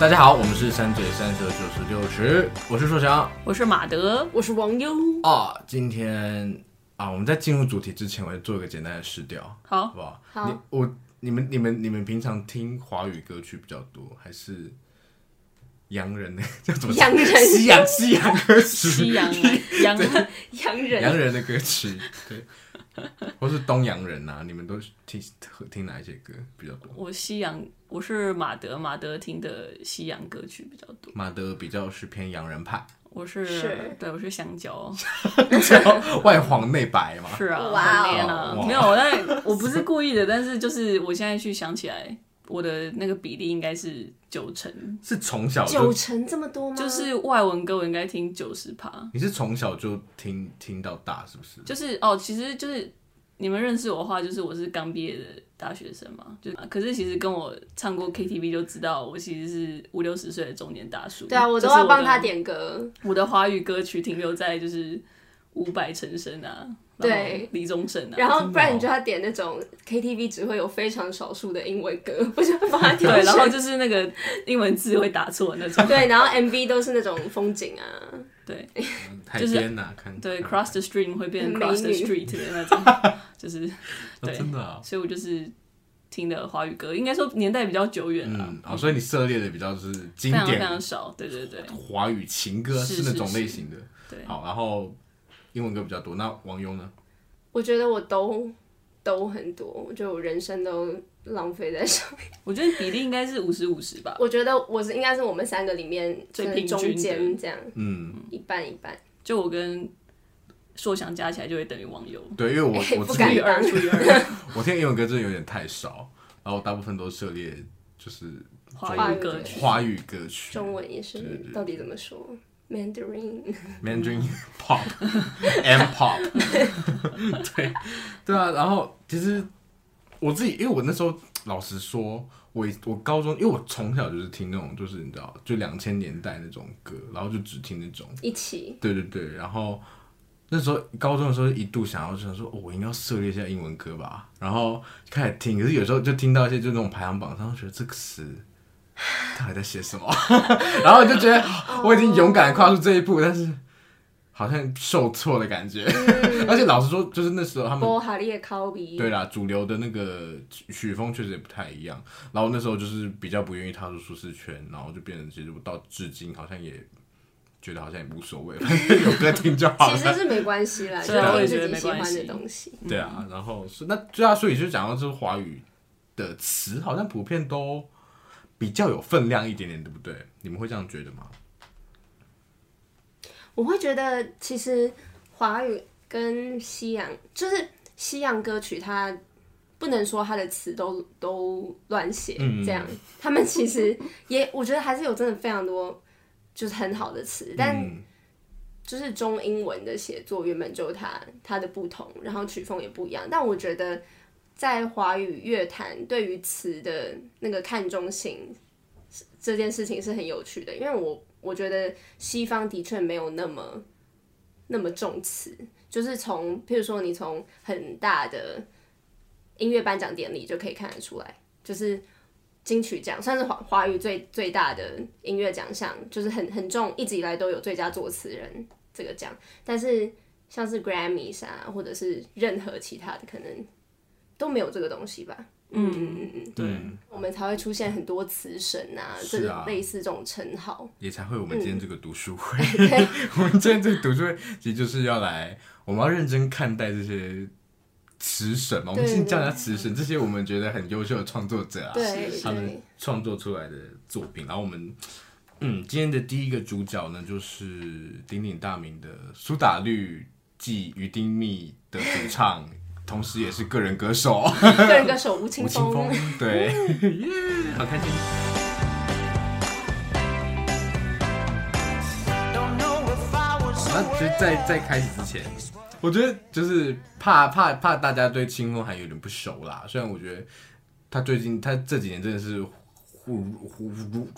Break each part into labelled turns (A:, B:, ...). A: 大家好，我们是三嘴三舌九十六十，我是硕翔
B: 我是马德，
C: 我是王优，
A: 啊。今天啊，我们在进入主题之前，我要做一个简单的试调，好
B: 好，
A: 不好？
C: 好
A: 你我你们你们你们平常听华语歌曲比较多，还是洋人 呢？叫什么？
C: 洋人
A: 西洋西洋歌曲，
B: 西 洋啊，洋啊，
C: 洋
A: 洋
C: 人
A: 人的歌曲，对，或是东洋人呐、啊，你们都听听哪一些歌比较多？
B: 我西洋，我是马德，马德听的西洋歌曲比较多，
A: 马德比较是偏洋人派，
B: 我是
C: 是
B: 对，我是香蕉，
A: 外黄内白嘛。
B: 是啊，
C: 哇哦
B: 很恋啊
A: 哇，
B: 没有，我在我不是故意的，但是就是我现在去想起来，我的那个比例应该是九成，
A: 是从小
C: 九
A: 就，
C: 成这么多吗？
B: 就是外文歌我应该听九十趴，
A: 你是从小就听听到大，是不是？
B: 就是哦，其实就是你们认识我的话，就是我是刚毕业的大学生嘛，就啊可是其实跟我唱过 KTV 就知道，我其实是五六十岁的中年大叔。
C: 对啊，我都
B: 就是
C: 要帮
B: 的
C: 他。点歌。
B: 我的华语歌曲停留在就是伍佰、陈升啊，
C: 对
B: 然后李宗盛啊，
C: 然后
A: 真的哦
C: 不然你就要点那种 KTV 只会有非常少数的英文歌， 我就帮他点
B: 对，然后
C: 选。
B: 就是那个英文字会打错那种
C: 对，然后 MV 都是那种风景啊，
B: 对
A: 嗯海边呐、看
B: 对，cross the stream 会变成
C: 很美
B: cross the
C: 女
B: street 的那种，就是
A: 哦
B: 对
A: 真的啊、
B: 所以我就是听的华语歌，应该说年代比较久远了，
A: 嗯，哦，所以你涉猎的比较是
B: 啊非
A: 经
B: 常非
A: 典
B: 常少。对对对。
A: 华语情歌
B: 是
A: 是那
B: 是
A: 种类
B: 是
A: 型的。
B: 对
A: 好，然后英文歌比较多。那王优呢？
C: 我觉得我都都很多，我觉得我人生都浪费 在上面。
B: 我觉得比例应该是五十五十吧。
C: 我觉得我是应该是我们三个里面
B: 最
C: 可能
B: 平均
C: 中
B: 的
C: 间这样
A: 嗯，
C: 一半一半，
B: 就我跟硕翔加起来就会等于网友
A: 对，因为我我
C: 哎不
A: 自
B: 除
C: 敢
A: 己
B: 以
C: 当
B: 二除以二，
A: 我听英文歌真的有点太少，然后大部分都涉猎就是
B: 华语歌曲。
A: 华语歌曲、
C: 中文也是到底怎么说？Mandarin，
A: Mandarin Pop、M Pop，对对啊。然后其实我自己，因为我那时候老实说，我我高中，因为我从小就是听那种，就是你知道，就两千年代那种歌，然后就只听那种。
C: 一起
A: 对对对，然后那时候高中的时候一度想要就想说，哦、我应该要涉猎一下英文歌吧，然后开始听，可是有时候就听到一些就那种排行榜上，觉得这个词到底在写什么， 然后我就觉得啊我已经勇敢地跨出这一步，但是好像受挫的感觉，而且老实说，就是那时候他们
C: 波哈利的 copy，
A: 对啦，主流的那个曲风确实也不太一样。然后那时候就是比较不愿意踏出舒适圈，然后就变成其实我到至今好像也觉得好像也无所谓，反正有歌听就好
C: 其
A: 了。
C: 实是没关系啦，就
B: 对啊
C: 是
B: 我也觉
C: 自
B: 得
C: 己
B: 没
C: 喜
B: 关
C: 欢
B: 系
C: 的东西。
A: 对啊，然后是那对啊，所以就讲到就是华语的词好像普遍都比较有分量一点点，对不对？你们会这样觉得吗？
C: 我会觉得其实华语跟西洋，就是西洋歌曲，它不能说它的词都都乱写
A: 嗯
C: 这样，他们其实也我觉得还是有真的非常多就是很好的词，但
A: 嗯
C: 就是中英文的写作原本就有它它的不同，然后曲风也不一样，但我觉得。在华语乐坛对于词的那个看重性是这件事情是很有趣的，因为我我觉得西方的确没有那么那么重词，就是从譬如说你从很大的音乐颁奖典礼就可以看得出来，就是金曲奖算是华华语最最大的音乐奖项，就是很很重，一直以来都有最佳作词人这个奖，但是像是 Grammys 啊，或者是任何其他的可能都没有这个东西吧。嗯嗯嗯嗯，
B: 对，
C: 我们才会出现很多词神啊，
A: 是啊
C: 这类似这种称号。
A: 也才会有我们今天
C: 嗯
A: 这个读书会。 我们今天这个读书会其实就是要来，我们要认真看待这些词神嘛。我们
C: 对
A: 先叫人家词神，这些我们觉得很优秀的创作者啊，
C: 对
A: 他们
C: 对，
A: 创作出来的作品。然后我们，嗯，今天的第一个主角呢，就是鼎鼎大名的苏打绿暨于丁密的主唱，同时也是个人歌手
C: 个人歌手吴
A: 吴
C: 青
A: 青峰
C: 峰。。
A: 对，耶，好开心。那就在在开始之前，我觉得就是怕怕怕大家对清风还有点不熟啦。虽然我觉得他最近他这几年真的是如如如如，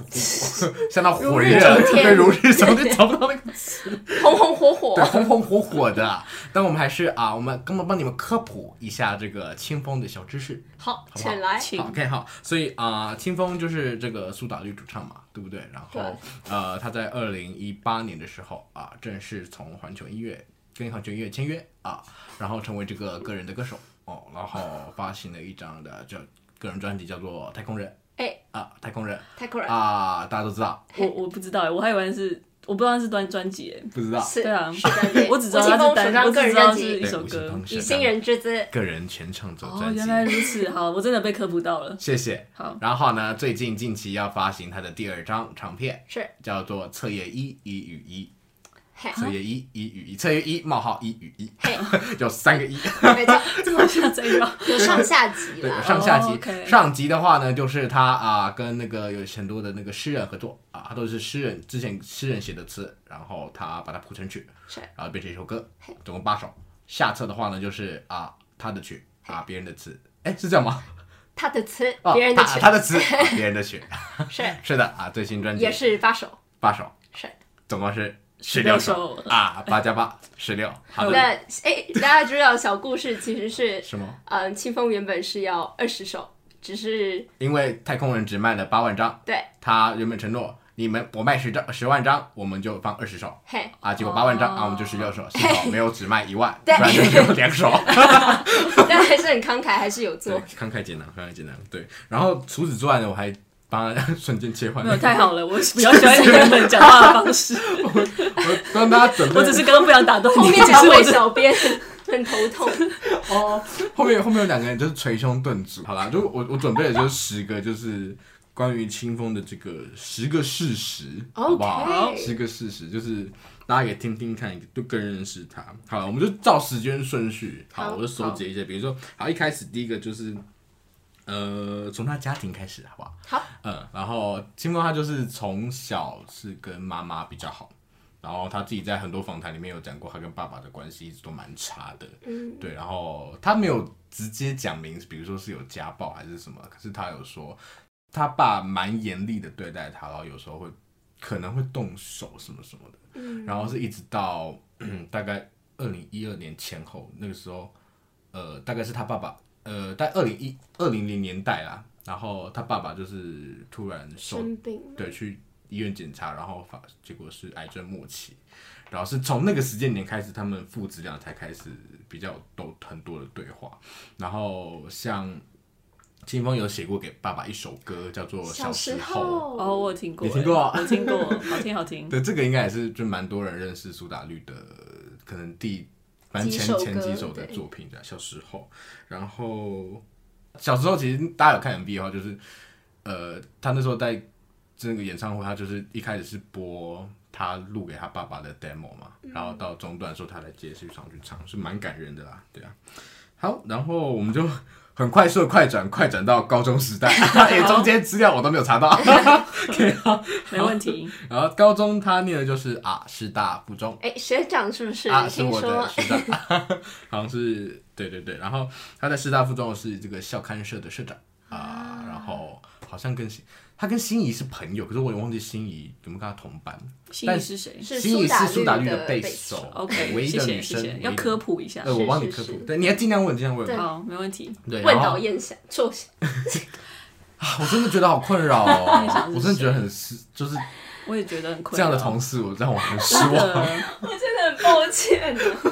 A: 像那火一
C: 如
A: 样，
C: 日中天
A: 对，如日中天，找不到那个词，
C: 红红火
A: 对，
C: 火。
A: 红红火火的。但我们还是啊，我们根本帮你们科普一下这个清风的小知识。
C: 好，
A: 好
C: 请来。
B: 请
A: 好，OK，好，所以啊、呃清风就是这个苏打绿主唱嘛，对不对？然后呃，他在二零一八年的时候啊、正式从环球音乐跟环球音乐签约啊、然后成为这个个人的歌手哦，然后发行了一张的叫个人专辑，叫做《太空人》
C: 哎
A: 啊，太空人
C: 太酷了，
A: 啊、大家都知道，
B: 我我不知道欸，我还以为是，我不知道是专专辑欸。
A: 不知道
C: 是
B: 对啊，
C: 是
B: 我只知道它
C: 吴青
B: 是
C: 峰首
B: 单，我只
C: 张个
B: 知
C: 人
B: 道
C: 专
B: 是
C: 辑
B: 一
A: 对
B: 首
A: 吴青
B: 歌
A: 峰。
C: 以
A: 首
C: 新
A: 张
C: 人之姿，
A: 个人全唱走
B: 哦，
A: 专辑。
B: 原来如 此，好，我真的被科普到了。
A: 谢谢。
B: 好，
A: 然后呢，最近近期要发行他的第二张唱片，
C: 是
A: 叫做《测验一一与一》。
C: 嘿
A: 测验一一与一，测验一冒号一与一，
C: 嘿，
A: 有三个一，
C: 没错，
B: 这么像这个，
C: 有上下集
A: 对，有
C: 啦。
A: 上下集。
B: 哦，OK
A: 上集的话呢，就是他啊、跟那个有很多的那个诗人合作啊，他都是诗人之前诗人写的词，然后他把它谱成曲，
C: 是
A: 然后变成一首歌
C: 嘿，
A: 总共八首。下册的话呢，就是啊他的曲啊别人的词，哎是这样吗？
C: 他的词，
A: 哦
C: 别人的
A: 他
C: 曲
A: 他的词，啊别人的 曲，
C: 是
A: 是的啊，最新专辑
C: 也是八首，
A: 八首。
C: 是。
A: 总共是十
B: 16
A: 六
B: 首
A: 首啊，八加八十六。好
B: 对
A: 的，
C: 那哎，大家知道小故事其实是，
A: 什么？
C: 嗯，清风原本是要二十首，只是
A: 因为太空人只卖了八万张，
C: 对，
A: 他原本承诺你们我卖十张十万张，我们就放二十首
C: 嘿，
A: 啊，结果八万张、
B: 哦
A: 啊，我们就十六首，幸好没有只卖一万，不
C: 对
A: 然就只有两首。
C: 但还是很慷慨，还是有
A: 对
C: 做，，
A: 慷慨解囊，慷慨解囊。对，然后除此之外呢，我还帮他 瞬间切换
B: 没有太好 了，我比较喜欢你原本讲话的方 式。
A: 我 帮大家准备
B: 我只是刚刚不想打断
C: 后
B: 你，
C: 面
B: 只
C: 两
B: 是我
C: 位
B: 只
C: 小编 很头痛，
A: 哦， 后面后面有两个人就是捶胸顿足。好啦，就我我准备的就是十个，就是关于清风的这个十个事实
C: OK
A: 好不好？十个事实就是大家也听听看，就更认识他。好了，我们就照时间顺序，好，
C: 好
A: 我就收集一些，比如说，好，一开始第一个就是。呃，从他家庭开始，好不好？
C: 好，
A: 嗯，然后清风他就是从小是跟妈妈比较好，然后他自己在很多访谈里面有讲过，他跟爸爸的关系一直都蛮差的。
C: 嗯，
A: 对，然后他没有直接讲明，比如说是有家暴还是什么，可是他有说他爸蛮严厉的对待他，然后有时候会可能会动手什么什么的，
C: 嗯
A: 然后是一直到、嗯、大概二零一二年前后，那个时候，呃，大概是他爸爸，呃，在二零一二零零年代啦，然后他爸爸就是突然受
C: 生病，
A: 对，去医院检查，然后发结果是癌症末期，然后是从那个时间点开始，他们父子俩才开始比较都很多的对话，然后像清风有写过给爸爸一首歌，叫做《小时
C: 时
A: 候》。
B: 哦，我有听过，
A: 你听过
B: 我听过，好听好听。
A: 对，这个应该也是就蛮多人认识苏打绿的，可能第反正
C: 几
A: 前
C: 首
A: 前几
C: 歌
A: 首的
C: 对
A: 作品的小时候，然后小时候其实大家有看 MV 的话，就是呃，他那时候在这个演唱会，他就是一开始是播他录给他爸爸的 demo 嘛，
C: 嗯
A: 然后到中段的时候他来接续上去唱，是蛮感人的啦，对啊。好，然后我们就很快速的快转，快转到高中时代， 也中间资料我都没有查到。
B: 没问题。
A: 然后高中他念的就是啊师大附中，
C: 哎，学长是不是？
A: 啊，是
C: 听
A: 我的
C: 说
A: 师大， 好像是对对对。然后他在师大附中是这个校刊社的社长啊、然后好像跟新他跟心仪是朋友，可是我也忘记心仪有没有跟他同班。
B: 心仪是谁
C: 是
A: 心仪是苏
C: 苏
A: 打
C: 打
A: 绿
C: 绿
A: 的
C: 的
A: 贝
C: 贝
A: 手
C: 手
B: ？OK，
A: 唯一
B: 谢
A: 的
B: 谢
A: 女
B: 谢
A: 生，
B: 谢，
A: 唯一
B: 要
A: 的
B: 科。普一下
A: 对，。我帮你科
C: 是
A: 普
C: 是。是
A: 对，你要尽量问，尽量问。
C: 对
B: 好，没问题。，
A: 对，
C: 问
A: 然后
C: 导宴想坐下，
A: 啊我真的觉得好困扰哦我真的觉得很失，就是
B: 我也觉得很困
A: 这样的
B: 同
A: 同事，我让我很失
B: 真
A: 望。
B: 的，
C: 我真的很抱歉啊。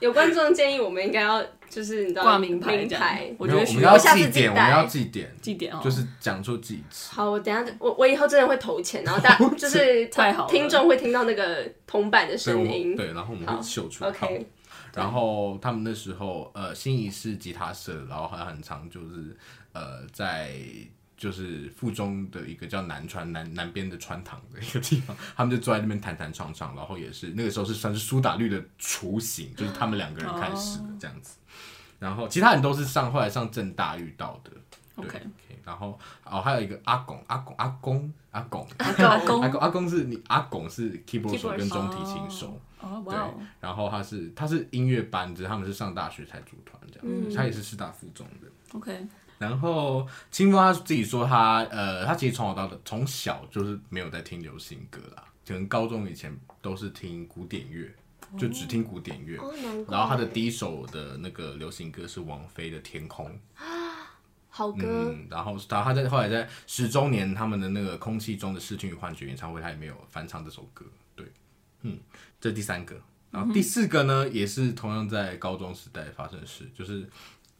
C: 有观众建议我们应该要就是你知道
B: 挂名牌
C: 名
B: 这样
C: 牌，
B: 我觉得
A: 没有我
B: 需
A: 们
B: 要
A: 要
C: 下次
A: 记
C: 自己
A: 点，我
C: 带
A: 们要记点，
B: 记点哦，
A: 就是讲出几次。
C: 好，我等一下我我以后真的会投钱，然后大就是
B: 太好了
C: 听众会听到那个铜板的
A: 所以我
C: 声
A: 们
C: 音。
A: 对，然后我们
C: 好
A: 会秀出来。
C: OK，
A: 然后他们那时候呃，新仪是吉他社，然后还很常就是呃，在就是附中的一个叫南川南南边的川堂的一个地方，他们就坐在那边弹弹唱唱，然后也是那个时候是算是苏打绿的雏形，就是他们两个人开始的这样子。然后其他人都是上后来上正大遇到的。对
B: OK
A: 然后哦，还有一个阿拱，阿拱，阿公，阿拱，
B: 阿公阿公
A: 阿公，阿公是你，阿拱是 keyboard 手
C: keyboard
A: 跟中提琴手。
B: 哦，哇
A: 对
B: 哦，，
A: 然后他是他是音乐班，只是他们是上大学才组团这样，
C: 嗯
A: 他也是师大附中的。
B: ，OK，
A: 然后清风他自己说他呃，他其实从小到的从小就是没有在听流行歌啦，可能高中以前都是听古典乐，就只听古典乐。
C: 哦，难怪。
A: 然后他的第一首的那个流行歌是王菲的《天空》，
C: 好歌，
A: 嗯，然后他他在后来在十周年他们的那个《空气中的视听与幻觉》演唱会，他也没有翻唱这首歌。对，嗯，这第三个，然后第四个呢，也是同样在高中时代发生的事，就是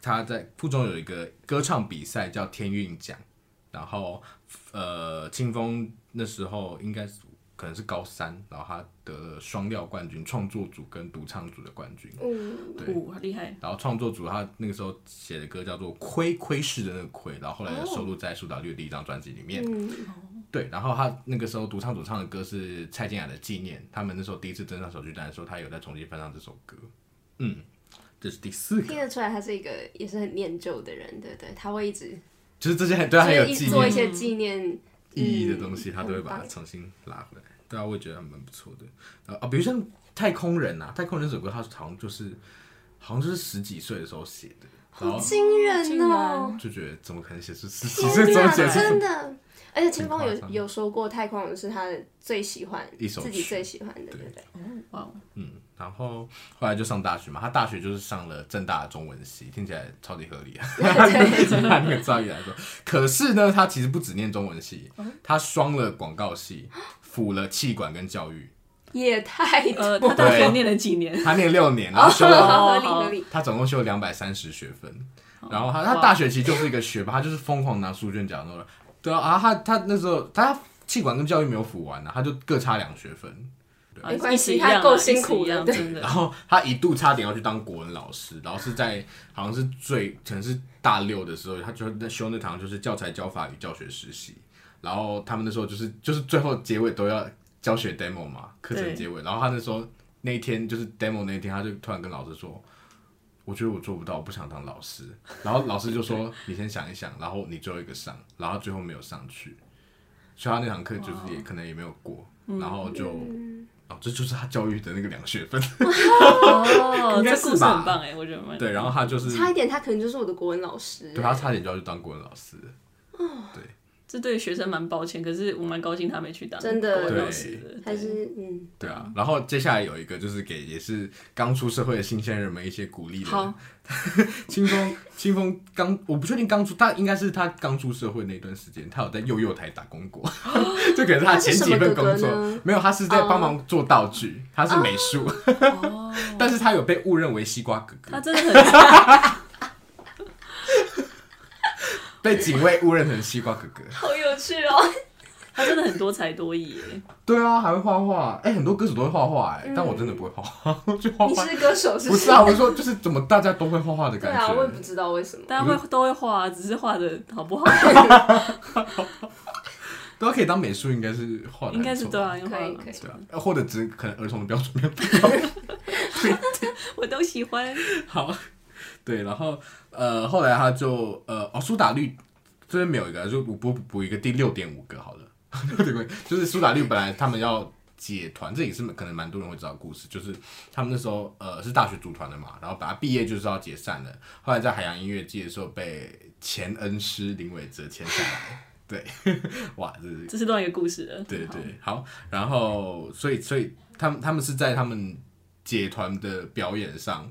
A: 他在附中有一个歌唱比赛叫天韵奖，然后呃，清风那时候应该是可能是高三，然后他得了双料冠军，创作组跟独唱组的冠军。
C: 嗯，
A: 对
B: 哦，好厉 害，
A: 然后创作组他那个时候写的歌叫做《窥窥视》的那个窥，然后后来有收录在苏打绿的第一张专辑里面。
C: 嗯，
A: 哦对，然后他那个时候独唱组唱的歌是蔡健雅的《纪念》，他们那时候第一次登上首曲单的时候，他有在重新翻唱这首歌。嗯，这是第四
C: 听
A: 个，
C: 得出来他是一个也是很念旧的人，对不对？他会一直
A: 就是这些很对
C: 就
A: 他很有
C: 是一
A: 纪
C: 直做
A: 念
C: 一些纪念
A: 意义的东西，
C: 嗯
A: 他都会把
C: 很
A: 它
C: 棒
A: 重新拉回来。对啊，我也觉得还蛮不错的。呃啊，比如像《太空人》啊，《太空人》这首歌，他好像就是好像就是十几岁的时候写的，然后
C: 惊人哦！
A: 就觉得怎么可能写出十几
C: 天
A: 啊岁的时候
C: 哪
A: 写出
C: 真的。而且清风
A: 很夸
C: 有
A: 张
C: 有说过，太空人是他的最喜欢，
A: 一首
C: 自己
A: 曲
C: 最喜欢的，对
A: 对
C: 不对？
B: 哦，哇哦，
A: 嗯，然后后来就上大学嘛，他大学就是上了正大的中文系，听起来超级合理啊。他 那个造诣来说，可是呢，他其实不只念中文系，他双了广告系，辅了气管跟教育，
C: 也太
B: 呃，
C: 多
B: 他大学念了几年？
A: 他念六年，然后修了，
C: 合
B: 哦
C: 理合理。
A: 他总共修了两百三十学分。然后他他大学其实就是一个学霸，他就是疯狂拿书卷讲那种。对啊，啊他他那时候他气管跟教育没有辅完啊，他就各差两学分。
B: 啊
C: 没关系
B: 一直一样啊
C: 他够辛苦
B: 一直一样
C: 的对
B: 真 的
A: 然。后他一度差点要去当国文老师，然后是在好像是最可能是大六的时候，他就在修那堂就是教材教法与教学实习，然后他们那时候就是就是最后结尾都要教学 demo 嘛，课程
B: 对
A: 结尾，然后他那时候那一天就是 demo 那一天，他就突然跟老师说。我觉得我做不到，我不想当老师。然后老师就说：“你先想一想。”然后你最后一个上，然后他最后没有上去，所以他那堂课就是也可能也没有过。然后就，哦，这就是他教育的那个两学分。
B: 哦，
A: 应该
B: 这
A: 是吧
B: 故事很棒哎，我觉得蛮
A: 对，然后他就是，
C: 差一点，他可能就是我的国文老师。
A: 嗯对他差点就要去当国文老师，
B: 这对学生蛮抱歉，可是我蛮高兴他没去当
C: 真的
B: 国文老师的，
C: 还是嗯，
A: 对啊。然后接下来有一个就是给也是刚出社会的新鲜人们一些鼓励的
B: 好。
A: 清风，清风刚我不确定刚出，他应该是他刚出社会那段时间，他有在幼幼台打工过， 这可能是他前几份工
C: 哦他是什么哥哥
A: 作
C: 呢。哦
A: 没有，他是在帮忙做道具，他是美术，
B: 哦，
A: 但是他有被误认为西瓜哥
B: 他
A: 哥，
B: 真的很
A: 被警卫误认成西瓜 哥哥。
C: 好有趣哦。
B: 他真的很多才多艺欸耶，
A: 对啊，还会画画，哎，很多歌手都会画画，哎，但我真的不会画画， 我就画
C: 你
A: 画。
C: 是歌手是
A: 不是啊，我说就是怎么大家都会画画的
C: 对
A: 感
C: 啊，
A: 觉。
C: 我也不知道为什么。
B: 大家会都会画，啊只是画的好不好，
A: 都可以当美术，应该是画的，
B: 应该是对啊，用画
C: 可
B: 得
C: 以
B: 蛮
C: 可
B: 不
C: 以
B: 错
A: 对啊，呃或者只是可能儿童的标准没有
B: 我都喜欢。
A: 好，对，然后呃，后来他就呃，哦，苏打绿这边没有一个，就补补补一个第六点五个好了， 对不对？就是苏打绿本来他们要解团，这也是可能蛮多人会知道的故事，就是他们那时候呃是大学组团的嘛，然后本来毕业就是要解散的，后来在海洋音乐季的时候被前恩师林伟哲签下来，对， 哇，这是
B: 这是另外一个故事了。
A: 对对，好，然后所以所以他们他们是在他们解团的表演上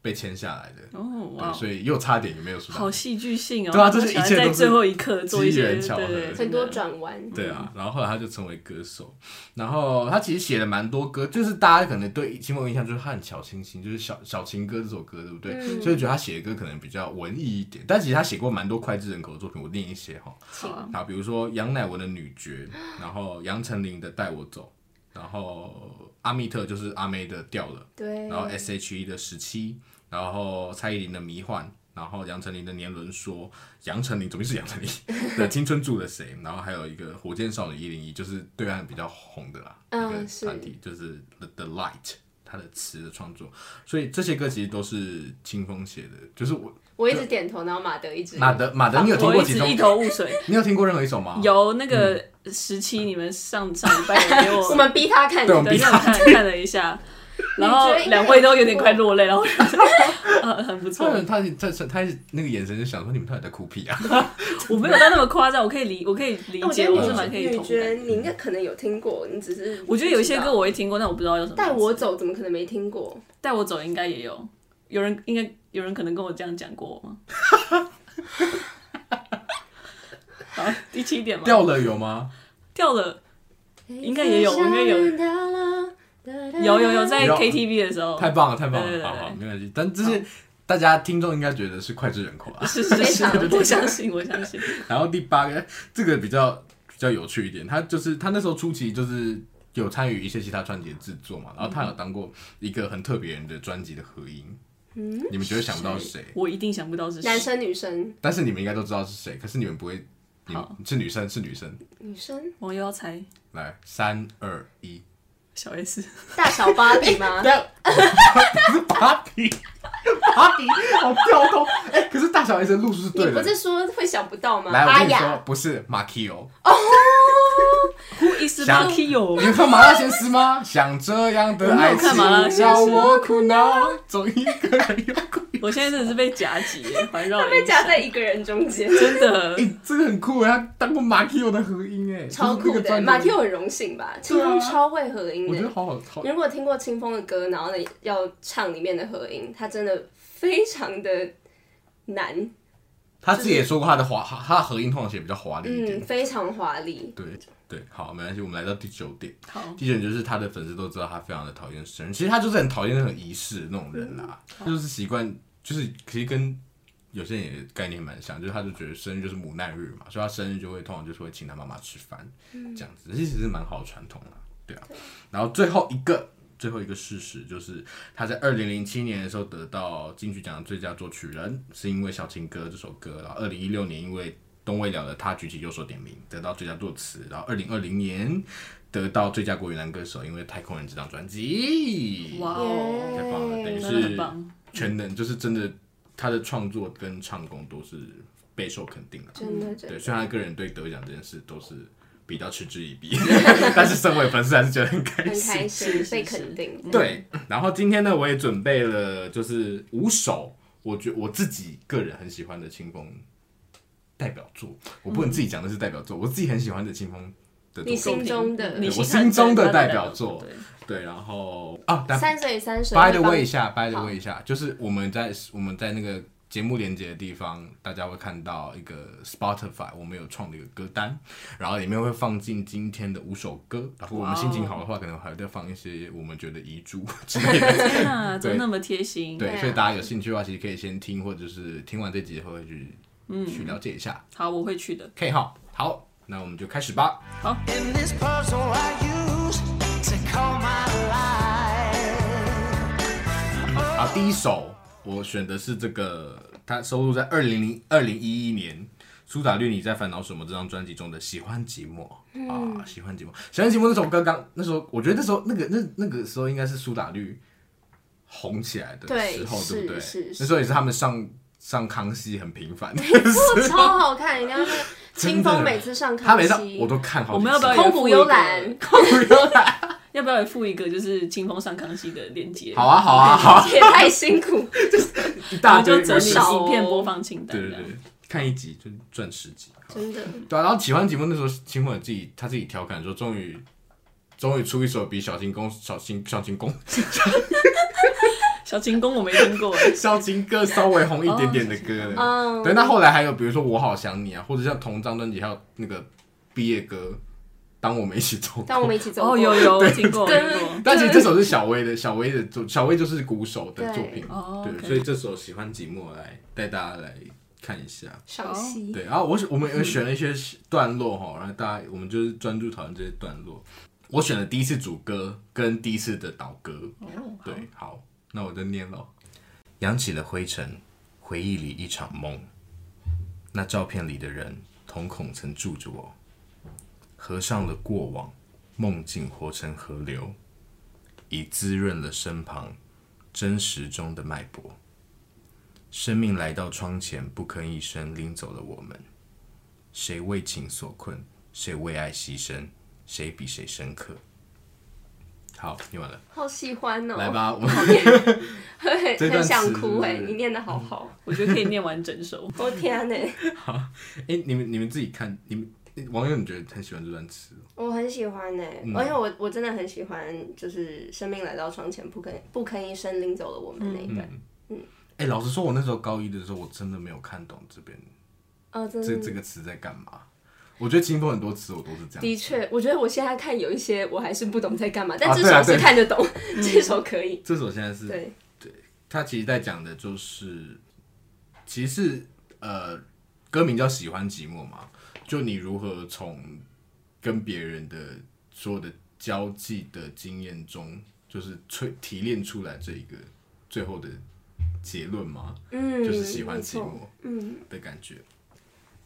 A: 被签下来的，
B: 好，哦哇
A: 对，，所以又差点也没有输到
B: 好戏剧性哦。
A: 对啊这是
B: 喜欢
A: 一切都是
B: 在最后一刻做一
A: 机
B: 些
A: 缘巧合
B: 对对
C: 很多
B: 真的
C: 转弯，
B: 嗯
A: 对啊，然后后来他就成为歌手，然后他其实写了蛮多歌，就是大家可能对秦风印象就是他很小清新，就是小小情歌这首歌，对不对？
C: 嗯
A: 所以觉得他写的歌可能比较文艺一点，但其实他写过蛮多脍炙人口的作品，我念一些哈，
B: 好啊，
A: 啊，比如说杨乃文的《女爵》，然后杨丞琳的《带我走》，然后阿密特就是阿妹的《掉了》，
C: 对，
A: 然后哎 S.H.E 的十七，然后蔡依林的迷幻，然后杨丞琳的年轮说，杨丞琳怎么是杨丞琳 的青春住了谁？然后还有一个火箭少女一零一，就是对岸比较红的啦，
C: 嗯
A: 一个
C: 是
A: 团体就是 The The Light。他的词的创作，所以这些歌其实都是清风写的。就是我
C: 我一直点头，然后马德一直
A: 马德马德，你有听
B: 我
A: 过
B: 一
A: 其
B: 直
A: 中
B: 一？头雾水。
A: 你有听过任何一首吗？
B: 有那个时期，你们上上礼拜有给我
C: 我们逼他看，
A: 对我们
B: 对，
A: 逼
B: 让我看看了一下，然后两位都有点快落 泪，然后我就说呃很不错
A: 他，他他他他那个眼神就想说你们到底在哭屁啊？
B: 我没有到那么夸张，我可以理我可以理
C: 我觉
B: 解，
C: 得
B: 我
C: 女
B: 是蛮可以
C: 女
B: 同
C: 爵
B: 感。
C: 你应该可能有听过，你只是
B: 我觉得有一些歌
C: 我
B: 我会听过，但我不知道有什么名字。
C: 带我走怎么可能没听过？
B: 带我走应该也有，有人应该有人可能跟我这样讲过我吗？好，第七点嘛，
A: 掉了有吗？
B: 掉了，应该也有我应该有
C: 有
B: 有有有，在
A: 有
B: KTV 的时候，
A: 太棒了，太棒
B: 对对
A: 了，
B: 对
A: 好好
B: 对
A: 没关系。但这些大家听众应该觉得是脍炙人口啊。
B: 是是
C: 非
B: 是
C: 常，
B: 我相信我相信，
A: 然后第八个 这个比较比较有趣一点，他就是他那时候初期就是有参与一些其他专辑的制作嘛，然后他有当过一个很特别人的专辑的合音，嗯，你们绝对想不到是谁，
B: 我一定想不到是谁
C: 男生女生
A: 但是你们应该都知道是谁，可是你们不会，你们
B: 好
A: 是女生是女生，
C: 女生
B: 我又要猜
A: 来三二一，
B: 小 S，
C: 大小芭 比吗？
A: 但是芭比，芭比好跳动，哎、可是大小 S 的路数是
C: 你
A: 对
C: 不
A: 的。
C: 是说会想不到吗？
A: 嗯来，我
C: 阿
A: 跟你说
C: 雅，，
A: 不是马 k 欧，
B: Who is
A: 想
B: Lucky
A: 你有看《麻辣鲜师》 吗？像这样的爱
B: 我没有看麻辣
A: 情
B: 鲜师
A: 让我苦恼，总一个人有苦。
B: 我现在真的是被夹击耶，环绕
C: 会被
B: 影
C: 夹
B: 响
C: 在一个人中间，
B: 真的
A: 哎、这个很酷哎，他当过马 k 欧的合音哎，
C: 超酷
A: 就是那
C: 的。
A: 个
C: 马
A: 专辑啊
C: 天，我很荣幸吧，清风超会合音
A: 我觉得
C: 的。
A: 好好好
C: 你如果听过清风的歌，然后呢要唱里面的合音，他真的非常的难，
A: 他自己也说过他的华，他的合音通常写比较华丽一点。
C: 嗯，非常华丽。
A: 对对，好，没关系，我们来到第九点。
B: 好，
A: 第一点就是他的粉丝都知道他非常的讨厌生日，其实他就是很讨厌那种仪式的那种人啦，他就是习惯，就是其实跟有些人也概念蛮像，就是他就觉得生日就是母难日嘛，所以他生日就会通常就是会请他妈妈吃饭、这样子，这其实是蛮好的传统啦，对啊。然后最后一个最后一个事实就是他在二零零七年的时候得到金曲奖的最佳作曲人，是因为《小情歌》这首歌，然后二零一六年因为东未了的他举起右手点名得到最佳作词，然后二零二零年得到最佳国语男歌手，因为《太空人》这张专辑，
B: 哇哦，
A: 太棒了，等于
B: 真
C: 嗯
B: 的很
A: 是
B: 棒，
A: 全能，就是真的他的创作跟唱功都是备受肯定的。
C: 真的真
A: 对，
C: 的，
A: 虽然他个人对得奖这件事都是比较嗤之以鼻， 但是身为粉丝还是觉得很开
C: 很
A: 心。
B: 是
C: 开心
B: 是
C: 被
B: 是
C: 肯定。
A: 对，然后今天呢，我也准备了就是五首，我觉我自己个人很喜欢的清风代表作，我不能自己讲的是代表作，我自己很喜欢的清风的
C: 你
A: 作
C: 心
A: 品。
C: 中的
B: 你
A: 对我
B: 看
A: 心中的
B: 他
A: 代
B: 代
A: 表
B: 表
A: 作
B: 对，
A: 对，然后啊，来
C: 三岁三岁
A: by
C: 会
A: the
C: 帮
A: way 一下，by the
C: 好
A: way 一下，就是我们在我们在那个节目连接的地方，大家会看到一个 Spotify，我们有创的一个歌单，然后里面会放进今天的五首歌。然后我们心情好的
C: 哦
A: 话，可能还会再放一些我们觉得遗珠之类的。
B: 天哪，怎么
A: 对
B: 那么贴心？
A: 对，
C: 对啊
A: 所以大家有兴趣的话，其实可以先听，或者是听完这集后会去去了解一下。
B: 好，我会去的。
A: K 号，好，那我们就开始吧。
D: In this puzzle I use to call my life.
A: 好，啊第一首我选的是这个，它收录在二零零二零一一年苏打绿《你在烦恼什么》这张专辑中的《喜欢寂寞》啊，《喜欢寂寞》《喜欢寂寞》那首歌刚那时候，我觉得那时候那个那那个时候应该是苏打绿红起来的
C: 对
A: 时候，
C: 是
A: 对不对
C: 是？是
A: 那时候也是他们上上康熙很频繁，
C: 哦 超好看，人家那个清风每次上
A: 他
C: 康
A: 每
C: 熙，
A: 上我都看好几次，
B: 我们要不 要
C: 空谷幽兰，
B: 要不要也附一个就是清风上康熙的链接？
A: 好啊好啊好啊，
C: 也太辛 苦，
A: 一
B: 我
A: 大
B: 们就
A: 堆
B: 整理
C: 我少哦
B: 影片播放清单。
A: 对对
B: 这样
A: 对，看一集就赚十集，好
C: 真的。
A: 对啊，然后喜欢节目那时候，秦风有自己他自己调侃说，终于终于出一首比小情公小情小情公
B: 小情公我没听 过，
A: 小情歌稍微红一点点的 歌了。
B: 哦
C: 嗯，
A: 对，那后来还有比如说我好想你啊，或者像同张专辑还有那个毕业歌，当我们一起走过。
C: 但我们一起走过
B: 哦有有我听过我听过。
A: 但其实这首是小薇的，小薇的作，小薇就是鼓手的作品
C: 对，
B: 哦
A: 对，
B: OK
A: 所以这首喜欢寂寞来带大家来看一下。
C: 赏析，
A: 对，然后我选我们也选了一些段落哈，然后大家我们就是专注讨论这些段落。我选了第一次主歌跟第一次的导歌，
B: 哦
A: 对，好，那我就念了。扬起了灰尘，回忆里一场梦。那照片里的人，瞳孔曾住着我。合上了过往，梦境活成河流，已滋润了身旁真实中的脉搏。生命来到窗前，不吭一声，拎走了我们。谁为情所困？谁为爱牺牲？谁比谁深刻？好，你完了，
C: 好喜欢哦、
A: 来吧，我
C: 会
A: 这
C: 很
A: 段
C: 想
A: 词嗯
C: 哭哎、你念的好好，
B: 我觉得可以念完整首。
C: 我、天哪、
A: 哎、你们你们自己看，你们网友你觉得很喜欢这段词哦？
C: 我很喜欢呢、
A: 嗯
C: 而且我我真的很喜欢，就是生命来到窗前不吭不吭一声拎走了我们那一段，
A: 嗯哎、老实说，我那时候高一的时候，我真的没有看懂这边
C: 哦，真
A: 这
C: 的
A: 这个词在干嘛。我觉得清风很多词我都是这样，
C: 的确，我觉得我现在看有一些我还是不懂在干嘛，但
A: 啊
C: 这
A: 对啊
C: 首是
A: 对
C: 看得懂，这首可以。
A: 这首现在是
C: 对，
A: 他其实在讲的就是，其实是呃，歌名叫《喜欢寂寞》嘛，就你如何从跟别人的所有的交际的经验中，就是淬提炼出来这一个最后的结论嘛，
C: 嗯，
A: 就是喜欢
C: 没
A: 寂
C: 错
A: 寞
C: 嗯，
A: 的感觉。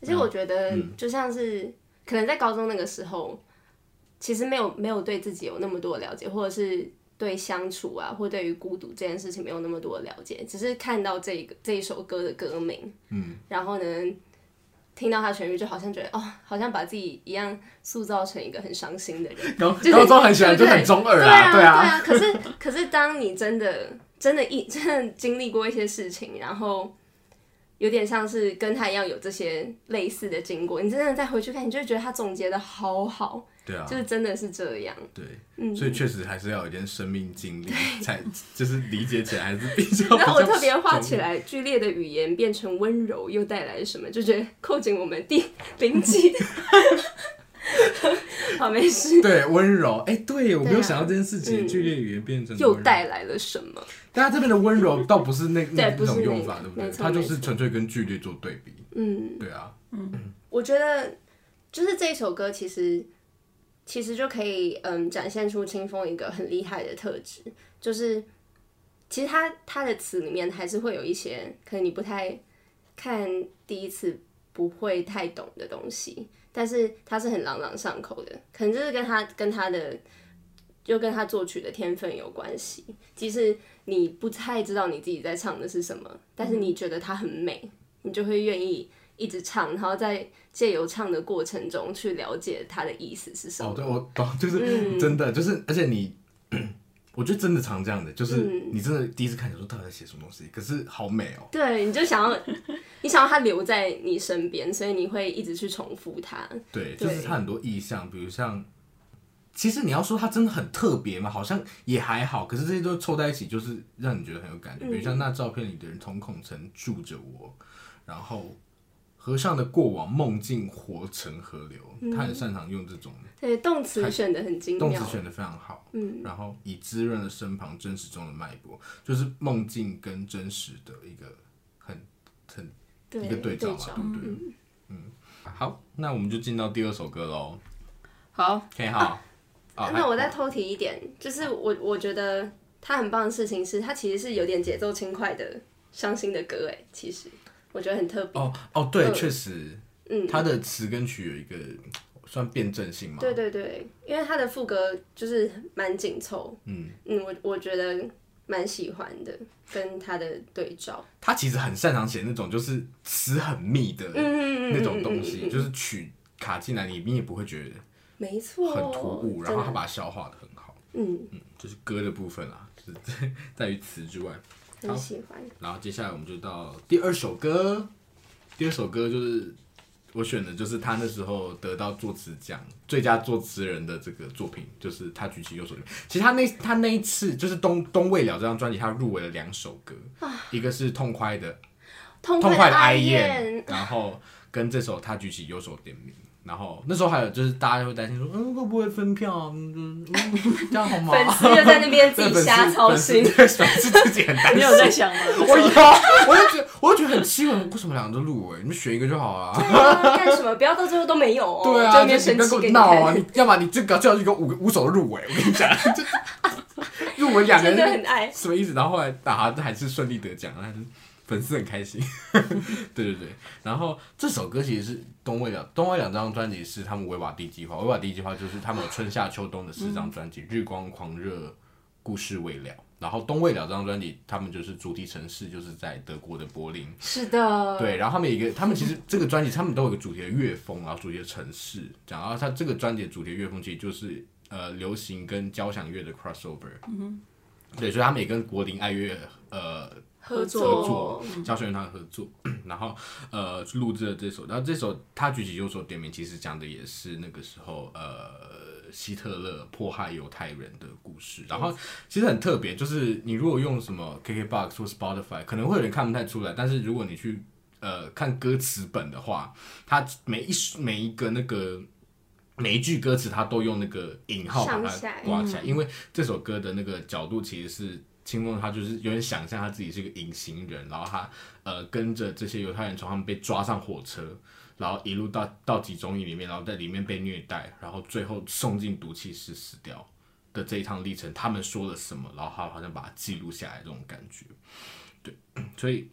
C: 而且我觉得就像是、可能在高中那个时候，其实没有没有对自己有那么多的了解，或者是对相处啊，或对于孤独这件事情没有那么多的了解，只是看到这个这一首歌的歌名，嗯，然后呢。听到他旋律，就好像觉得哦，好像把自己一样塑造成一个很伤心的人，
A: 高
C: 就是
A: 高中很喜欢，
C: 对
A: 就
C: 不对
A: 很中二
C: 对啊，
A: 对啊，
C: 可是可是，当你真的真的一 真的经历过一些事情，然后有点像是跟他一样有这些类似的经过，你真的再回去看，你就会觉得他总结的好好，
A: 对啊，
C: 就是真的是这 样。
A: 对。
C: 嗯，
A: 所以确实还是要有一点生命经历，才 就是理解起来还是比较。
C: 然后我特别画
A: 画
C: 起，来，剧烈的语言变成温柔，又带来什么？就觉 得扣紧我们第零集。 好，没 事。
A: 对温柔，哎、对我没
C: 对
A: 有
C: 啊
A: 想到这件事情，
C: 嗯
A: 剧烈语言变成
C: 又
A: 温柔
C: 带来了什么？
A: 但他这边的温柔倒不是那那
C: 对不
A: 那种
C: 是那
A: 用
C: 个
A: 法，对不对？
C: 没错
A: 他就
C: 没
A: 是
C: 错
A: 纯粹跟剧烈做对比，
C: 嗯，
A: 对啊，
C: 我觉得就是这首歌其实其实就可以嗯展现出清风一个很厉害的特质，就是其实他他的词里面还是会有一些可能你不太看第一次不会太懂的东西，但是他是很朗朗上口的，可能就是跟他跟他的。就跟他作曲的天分有关系，即使你不太知道你自己在唱的是什么，但是你觉得它很美，你就会愿意一直唱，然后在借由唱的过程中去了解它的意思是什么。
A: 哦，对，我 懂，就是、
C: 嗯
A: 真的，就是而且你， 我觉得真的常这样的，就是
C: 嗯
A: 你真的第一次看，你说到底在写什么东西，可是好美哦，
C: 对，你就想要，你想要它留在你身边，所以你会一直去重复它。
A: 对，
C: 对
A: 就是它很多意象，比如像，其实你要说它真的很特别嘛，好像也还好，可是这些都凑在一起，就是让你觉得很有感觉。
C: 嗯
A: 比如像那照片里的人，瞳孔曾住着我，然后和尚的过往梦境活成河流，
C: 嗯
A: 他很擅长用这种
C: 对，动词选的很精
A: 动
C: 妙
A: 词。选的非常好。
C: 嗯，
A: 然后以滋润了身旁真实中的脉搏，就是梦境跟真实的一个很很
C: 对，
A: 一个对照嘛，
C: 照
A: 对。不对？嗯，好，那我们就进到第二首歌喽。
B: 好，
A: 可以哈。啊
C: 那我再偷提一点，就是我我觉得它很棒的事情是，它其实是有点节奏轻快的伤心的歌，哎，其实我觉得很特别。
A: 哦哦，对，
C: 嗯
A: 确实，
C: 嗯，
A: 它的词跟曲有一个算辩证性嘛。
C: 对对对，因为他的副歌就是蛮紧凑，
A: 嗯，
C: 嗯，我我觉得蛮喜欢的，跟他的对照，
A: 他其实很擅长写那种就是词很密的
C: 嗯嗯嗯
A: 那种东
C: 嗯嗯
A: 西，
C: 嗯
A: 就是曲卡进来，你你也不会觉得
C: 没错，
A: 很突兀，然
C: 哦真
A: 后
C: 的
A: 他把它消化的很好。
C: 嗯，
A: 嗯，就是歌的部分啊，就是 在在于词之外。
C: 很喜欢，
A: 然后接下来我们就到第二首歌，第二首歌就是我选的，就是他那时候得到作词奖最佳作词人的这个作品，就是他举起右手的。其实他那他那一次就是东东未了这张专辑，他入围了两首歌，一个是痛快的
C: 痛
A: 痛
C: 快
A: 快的哀
C: 哀
A: 艳，，然后跟这首他举起右手点名。然后那时候还有就是大家会担心说，嗯，会不会分票啊？嗯，嗯这样好吗？
C: 粉丝就在那边自
A: 对
C: 己
A: 粉丝
C: 瞎操 心
A: 粉，丝对粉丝自己很 担心。
B: 你有在想吗？
A: 我有，我就觉得， 我就觉得很奇怪，为什么两个都入围？你们选一个就好了、啊。
C: 干什么？不要到最后都没有哦，
A: 对
C: 就
A: 啊，
C: 那边
A: 就你
C: 生
A: 不要
C: 气
A: 跟我
C: 给你
A: 闹啊！
C: 看，
A: 你要么你就搞最好一个五个五手入围，我跟你讲， 就入围两个
C: 真的
A: 人
C: 很爱，
A: 什么意思？然后后来打还是顺利得奖，但是粉丝很开心。 对对对，然后这首歌其实是东未了，东未了这张专辑是他们维瓦第计划，维瓦第计划就是他们有春夏秋冬的四
C: 嗯
A: 张专辑，日光狂热》。故事未了，然后东未了这张专辑，他们就是主题城市就是在德国的柏林，
C: 是的，
A: 对，然后他们有一个，他们其实这个啊专辑他们都有一个主题的乐风，然后主题的城市，讲到他这个专辑的主题乐风其实就是呃流行跟交响乐的 crossover。嗯对，所以他们也跟国林爱乐呃合
C: 合
B: 合
A: 作，交响乐团合作， 然后呃录制了这首，然后这首他举起右手点名，其实讲的也是那个时候呃希特勒迫害犹太人的故事，然后其实很特别，就是你如果用什么 KKBox 或 Spotify，可能会有点看不太出来，但是如果你去呃看歌词本的话，它每一每一个那个。每一句歌词，它都用那个引号把
C: 上
A: 它
C: 下嗯
A: 刮起来，因为这首歌的那个角度其实是清风，他就是有点想象他自己是一个隐形人，然后他呃跟着这些犹太人从他们被抓上火车，然后一路到到集中营里面，然后在里面被虐待，然后最后送进毒气室死掉的这一趟历程，他们说了什么，然后他好像把它记录下来这种感觉，对，所以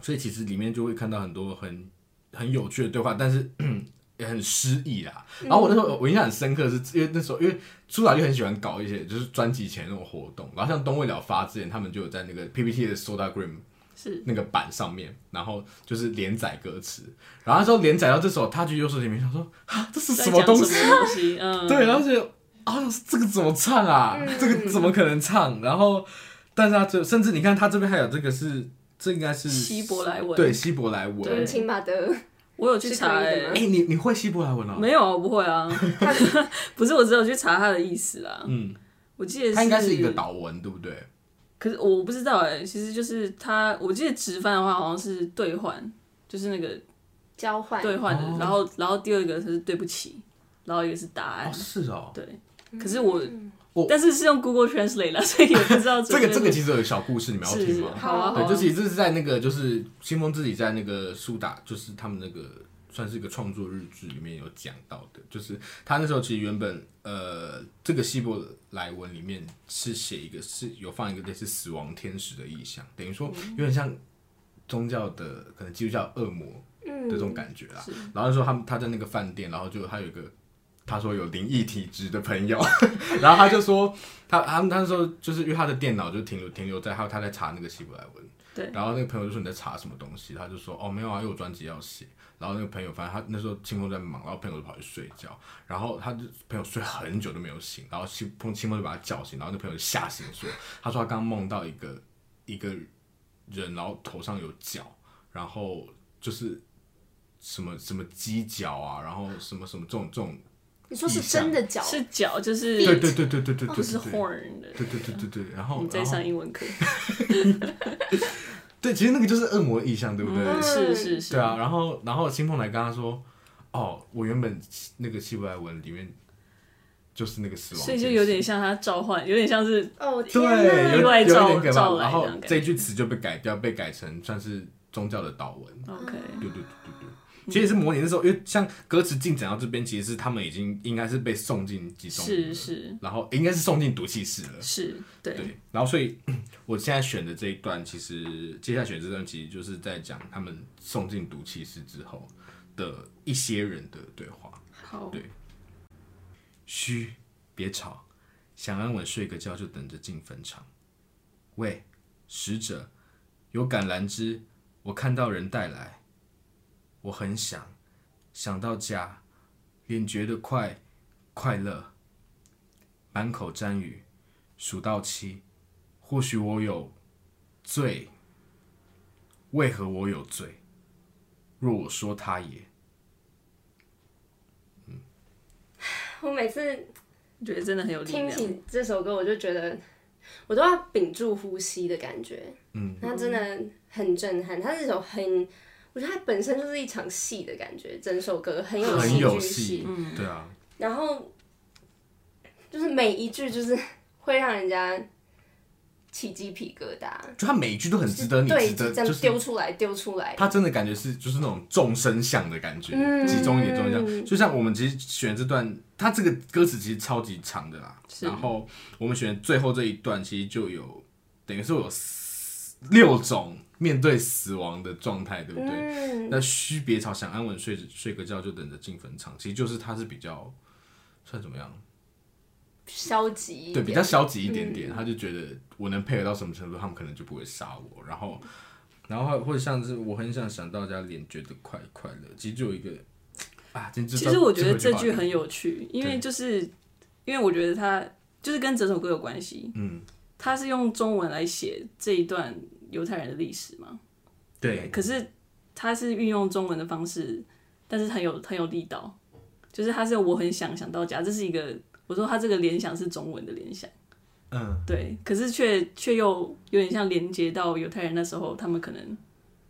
A: 所以其实里面就会看到很多很很有趣的对话，但是 也很诗意啦。
B: 嗯
A: 然后我那时候我印象很深刻是，因为那时候因为出来就很喜欢搞一些就是专辑前那种活动，然后像东未了发之前，他们就有在那个 PPT 的 Soda Gram
B: 是
A: 那个版上面，然后就是连载歌词，然后那时候连载到这首《他去右手前面》，想说啊这是
B: 在
A: 什么
B: 讲
A: 东西？
B: 什么东西？嗯，
A: 对，然后就觉得啊，这个怎么唱啊？这个怎么可能唱？然后，但是他就甚至你看他这边还有这个是，这应该是
B: 希伯来文
A: 对希伯来文。
B: 对
C: 请把的
B: 我有去
C: 是可
B: 查、
C: 以的
B: 欸
C: 吗
A: 哎、你你会希伯来文哦？
B: 没有啊，我不会 啊，不是，我只有去查它的意思啦。
A: 嗯，
B: 我记得
A: 它应该是一个岛文，对不对？
B: 可是我不知道哎、其实就是它，我记得直翻的话好像是兑换，就是那个
C: 交换，
B: 兑换的，
A: 哦
B: 然后然后第二个是对不起，然后一个是答案
A: 哦，，是哦。
B: 对。可是我，
C: 嗯
A: 我
B: 但是是用 Google Translate 啦，所以也不知道
A: 这个这个其
B: 实
A: 实有个小故事，你们要
B: 是
A: 听
B: 是
A: 吗？
B: 好啊，好
A: 对，
B: 啊
A: 这其实这是在那个就是清风自己在那个苏打，就是他们那个算是一个创作日志里面有讲到的，就是他那时候其实原本呃这个希伯来文里面是写一个是有放一个类似死亡天使的意象，等于说有点像宗教的可能基督教恶魔
C: 嗯
A: 的这种感觉啦。然后说他们他在那个饭店，然后就他有一个他说有灵异体质的朋友，然后他就说他他们他说就是因为他的电脑就停留停留在他他在查那个希伯来文，
B: 对
A: 然后那个朋友就说你在查什么东西，他就说哦没有啊，因为我专辑要写。然后那个朋友，反正他那时候清风在忙，然后朋友就跑去睡觉，然后他就朋友睡很久都没有醒，然后清风清风就把他叫醒，然后那朋友就吓醒说，他说他刚梦到一个一个人，然后头上有角，然后就是什么什么犄角啊，然后什么什么这种这种，
C: 你说是真的脚，
B: 是脚，就是
A: 对哦对对对对对对，
B: 哦就是
A: 对
B: horn 的。
A: 对对对对对，然
B: 我
A: 后
B: 们在
A: 然后
B: 上英文课，
A: 对，其实那个就是恶魔的意象，对不对？
B: 是是是，
A: 对啊，然后然后新凤来跟他说，哦，我原本那个希伯来文里面就是那个死亡
B: 所
A: 天
B: 以
A: 使，
B: 就有点像他召唤，有点像是
C: 哦天
A: 对，
C: 哪
A: 有
B: 意外
A: 有
B: 照
A: 点可
B: 照
A: 怕。
B: 来
A: 然
B: 这
A: 后
B: 样感觉
A: 这句词就被改掉，被改成算是宗教的祷文。
B: OK，
A: 对对对对对。其实是模拟那时候，因为像歌词进展到这边，其实是他们已经应该是被送进集中营
B: 是
A: 了，
B: 是
A: 然后应该是送进毒气室了。
B: 是，对，
A: 对，然后所以 我现在选的这一段，其实接下来选这段，其实就是在讲他们送进毒气室之后的一些人的对话。
B: 好
A: 对嘘，别吵，想安稳睡个觉就等着进坟场。喂，使者，有橄榄枝，我看到人带来，我很想，想到家，脸觉得快快乐，满口沾雨，数到七，或许我有罪，为何我有罪？若我说他也，
C: 我每次
B: 我觉得真的很有力
C: 听
B: 量。
C: 起这首歌，我就觉得我都要屏住呼吸的感觉。嗯，它真的很震撼，它这首很，我觉得它本身就是一场戏的感觉，整首歌很有
A: 很
C: 戏
A: 有
C: 剧
A: 戏
C: 性，，嗯
A: 对啊，
C: 然后就是每一句就是会让人家起鸡皮疙瘩，
A: 就他每一句都很值得你，
C: 对，
A: 值得
C: 这
A: 就
C: 样
A: 是
C: 丢出来，丢出来，
A: 他真的感觉是就是那种众生相的感觉，
C: 嗯
A: 集中一点众生相。就像我们其实选这段，他这个歌词其实超级长的啦。
B: 是
A: 然后我们选最后这一段，其实就有等于说有四六种面对死亡的状态，对不对？
C: 嗯，
A: 那须别吵，想安稳睡睡个觉就等着进坟场，其实就是他是比较算怎么样？
C: 消极一
A: 对，
C: 点，
A: 比较消极一点
B: 嗯
A: 点，他就觉得我能配合到什么程度，他们可能就不会杀我。然后，然后或者像是我很想想到家脸觉得快快乐，其实就有一个啊，真
B: 其实我觉得这句
A: 很
B: 很有趣，因为就是因为我觉得他就是跟整首歌有关系。
A: 嗯，
B: 他是用中文来写这一段犹太人的历史嘛？
A: 对，
B: 可是他是运用中文的方式，但是很有很有力道，就是他是我很想想到家，这是一个我说他这个联想是中文的联想，
A: 嗯，
B: 对，可是却却又有点像连接到犹太人那时候他们可能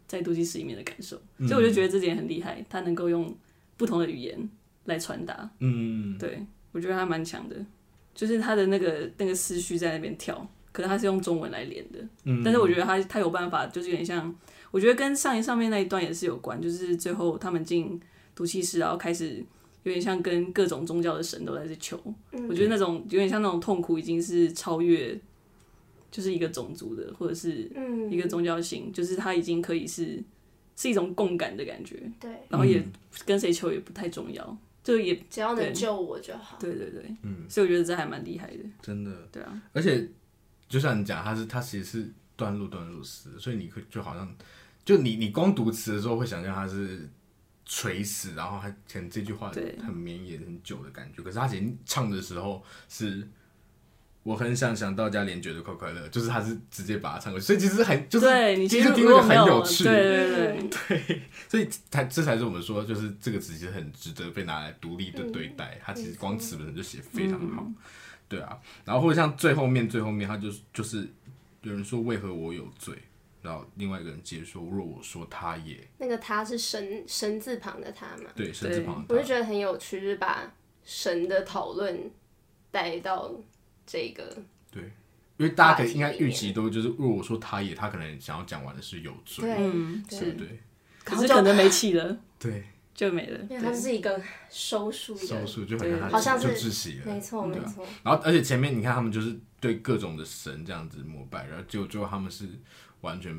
B: 在毒气室里面的感受，所以我就觉得这点很厉害，他能够用不同的语言来传达，
A: 嗯，
B: 对我觉得他蛮强的，就是他的那个那个思绪在那边跳，可是他是用中文来连的，
A: 嗯
B: 但是我觉得他他有办法，就是有点像，我觉得跟上一上面那一段也是有关，就是最后他们进毒气室，然后开始有点像跟各种宗教的神都在这求，我觉得那种有点像那种痛苦已经是超越，就是一个种族的或者是
C: 嗯，
B: 一个宗教性，就是他已经可以是是一种共感的感觉，
C: 对，
B: 然后也
A: 嗯
B: 跟谁求也不太重要，就也
C: 只要
B: 对
C: 能救我就好。
B: 对对对，
A: 嗯，
B: 所以我觉得这还蛮厉害的，
A: 真的，
B: 对啊，
A: 而且就像你讲，它是它其实是段落段落死的，所以你会就好像就你你光读词的时候会想象它是垂死，然后还可能这句话
B: 对
A: 很绵延很久的感觉。可是他其实唱的时候是。我很想想到家连觉得快快乐，就是他是直接把它唱过去，所以其实很就是
B: 对你
A: 其
B: 实
A: 实听
B: 如
A: 那
B: 果
A: 个
B: 没
A: 很
B: 有
A: 有趣，
B: 对对对对。
A: 对，所以才这才是我们说，就是这个词其实很值得被拿来独立的对待。它其实光词本身就写非常
C: 嗯
A: 好，对啊。然后或者像最后面最后面，他就是就是有人说为何我有罪，然后另外一个人接着说若我说他也
C: 那个他是神神字旁的他嘛，
A: 对，甚至旁
C: 我
A: 的
C: 就
A: 他
C: 觉得很有趣，就是把神的讨论带到这个，
A: 对，因为大家可以应该预期都就是若我说他也，他可能想要讲完的是有罪，
C: 对，
B: 嗯，
A: 对
B: 是，
A: 不对？
B: 可是可能没气了，
A: 对，
B: 就没了。
C: 因为它是一个收束
A: 少
C: 的，
A: 数就很让
C: 好
A: 他
C: 像
A: 就是窒息了，
C: 没错没
A: 对啊
C: 错，
A: 然后而且前面你看他们就是对各种的神这样子膜拜，然后结果最后他们是完全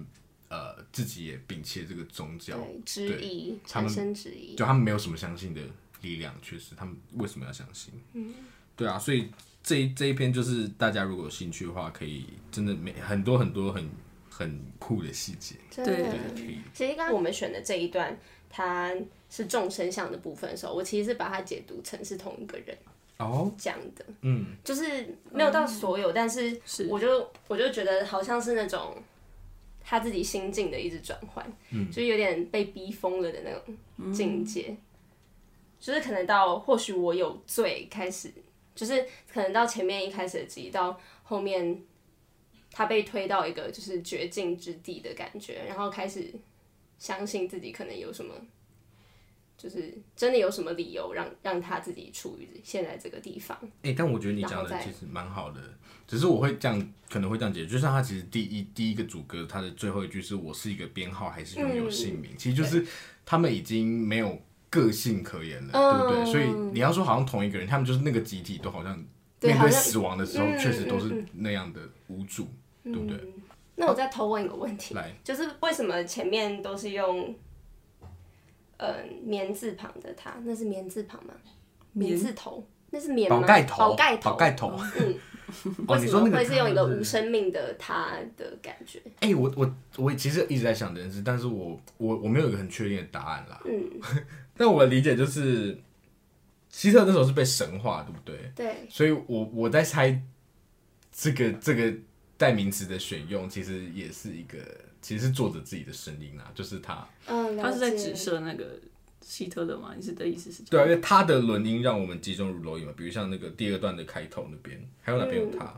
A: 呃自己也摒弃了这个宗教，
C: 对，质疑
A: 他
C: 产
A: 们
C: 生质疑，
A: 就他们没有什么相信的力量，确实他们为什么要相信？嗯，对啊，所以这一这一篇就是大家如果有兴趣的话，可以真的没很多很多很很酷的细节，
C: 真
B: 对
C: 的
A: 对，。可以，
C: 其实刚刚我们选的这一段，它是众生相的部分的时候，我其实是把它解读成是同一个人
A: 哦，
C: 讲的，
A: 嗯，
C: 就是没有到所有，但是
B: 是
C: 我就我就觉得好像是那种他自己心境的一直转换，就有点被逼疯了的那种境界，就是可能到或许我有罪开始，就是可能到前面一开始的记忆，到后面他被推到一个就是绝境之地的感觉，然后开始相信自己可能有什么。就是真的有什么理由让让他自己处于现在这个地方？
A: 哎、但我觉得你
C: 然
A: 讲
C: 后
A: 的
C: 再
A: 其实蛮好的，只是我会这样，可能会这样解决。就像他其实第一第一个主歌，他的最后一句是我是一个编号，还是拥有姓
C: 嗯
A: 名，其实就是他们已经没有个性可言了，对不对？所以你要说好像同一个人，他们就是那个集体都好像
C: 嗯对
A: 面
C: 好
A: 对
C: 像
A: 死亡的时候，
C: 嗯
A: 确实都
C: 嗯
A: 是那样的无助，对不对？
C: 那我再偷问一个问题，
A: 来，
C: 就是为什么前面都是用，呃，棉字旁的他，那是棉字旁吗？棉字头，那是棉吗？
A: 宝盖头，
C: 宝盖头，嗯
A: 宝盖头， 哦，
C: 为
A: 你
C: 什
A: 说
C: 么
A: 那个
C: 会是用一个
A: 他
C: 无生命的他的感觉？
A: 哎、我我我其实一直在想这件事，但是我我我没有一个很确定的答案啦。嗯，但我的理解就是，希特那时候是被神化，对不对？
C: 对，
A: 所以我我在猜，这个这个代名词的选用，其实也是一个，其实是作者自己的声音啊，就是他，
C: 嗯，了
B: 他是在
C: 解
B: 指涉那个希特勒吗？你是的意思是？
A: 对啊，因为他的轮音让我们集中如蝼蚁嘛，比如像那个第二段的开头那边，还有哪边有他？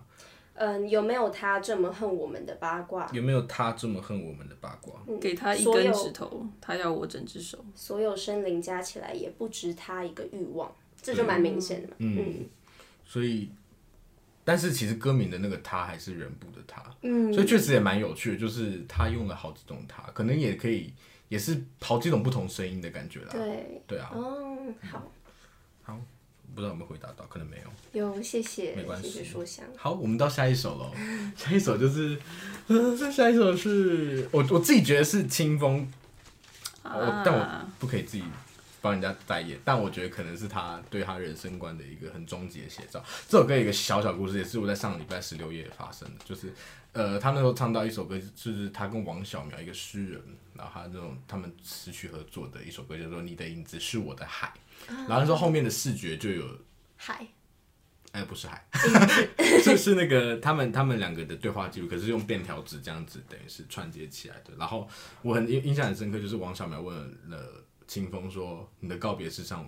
C: 嗯，有没有他这么恨我们的八卦？
A: 有没有他这么恨我们的八卦？
B: 给他一根指头，他要我整只手。
C: 所有生灵加起来也不值他一个欲望，这就蛮明显的嘛。嗯
A: 所以，但是其实歌名的那个他还是人部的他，
C: 嗯，
A: 所以确实也蛮有趣的，就是他用了好几种他，可能也可以也是好几种不同声音的感觉啦。
C: 对，
A: 对啊，
C: 哦，好，
A: 好，不知道有没有回答到，可能没有。
C: 有谢谢，
A: 没关系
C: 谢谢说香。
A: 好，我们到下一首喽。 下一首就是，呃，下一首是我我自己觉得是清风，我但我
B: 啊，
A: 不可以自己帮人家代言，但我觉得可能是他对他人生观的一个很终极的写照。这首歌有一个小小故事，也是我在上礼拜十六夜发生的，就是呃，他那时候唱到一首歌，就是他跟王小苗一个诗人，然后他那种他们词曲合作的一首歌叫做《你的影子是我的海》，然后那时候后面的视觉就有
C: 嗨，
A: 哎，不是海，
B: 嗯
A: 是是那个他们他们两个的对话记录，可是用便条纸这样子，等于是串接起来的。然后我很印印象很深刻，就是王小苗问了清风说：“你的告别式上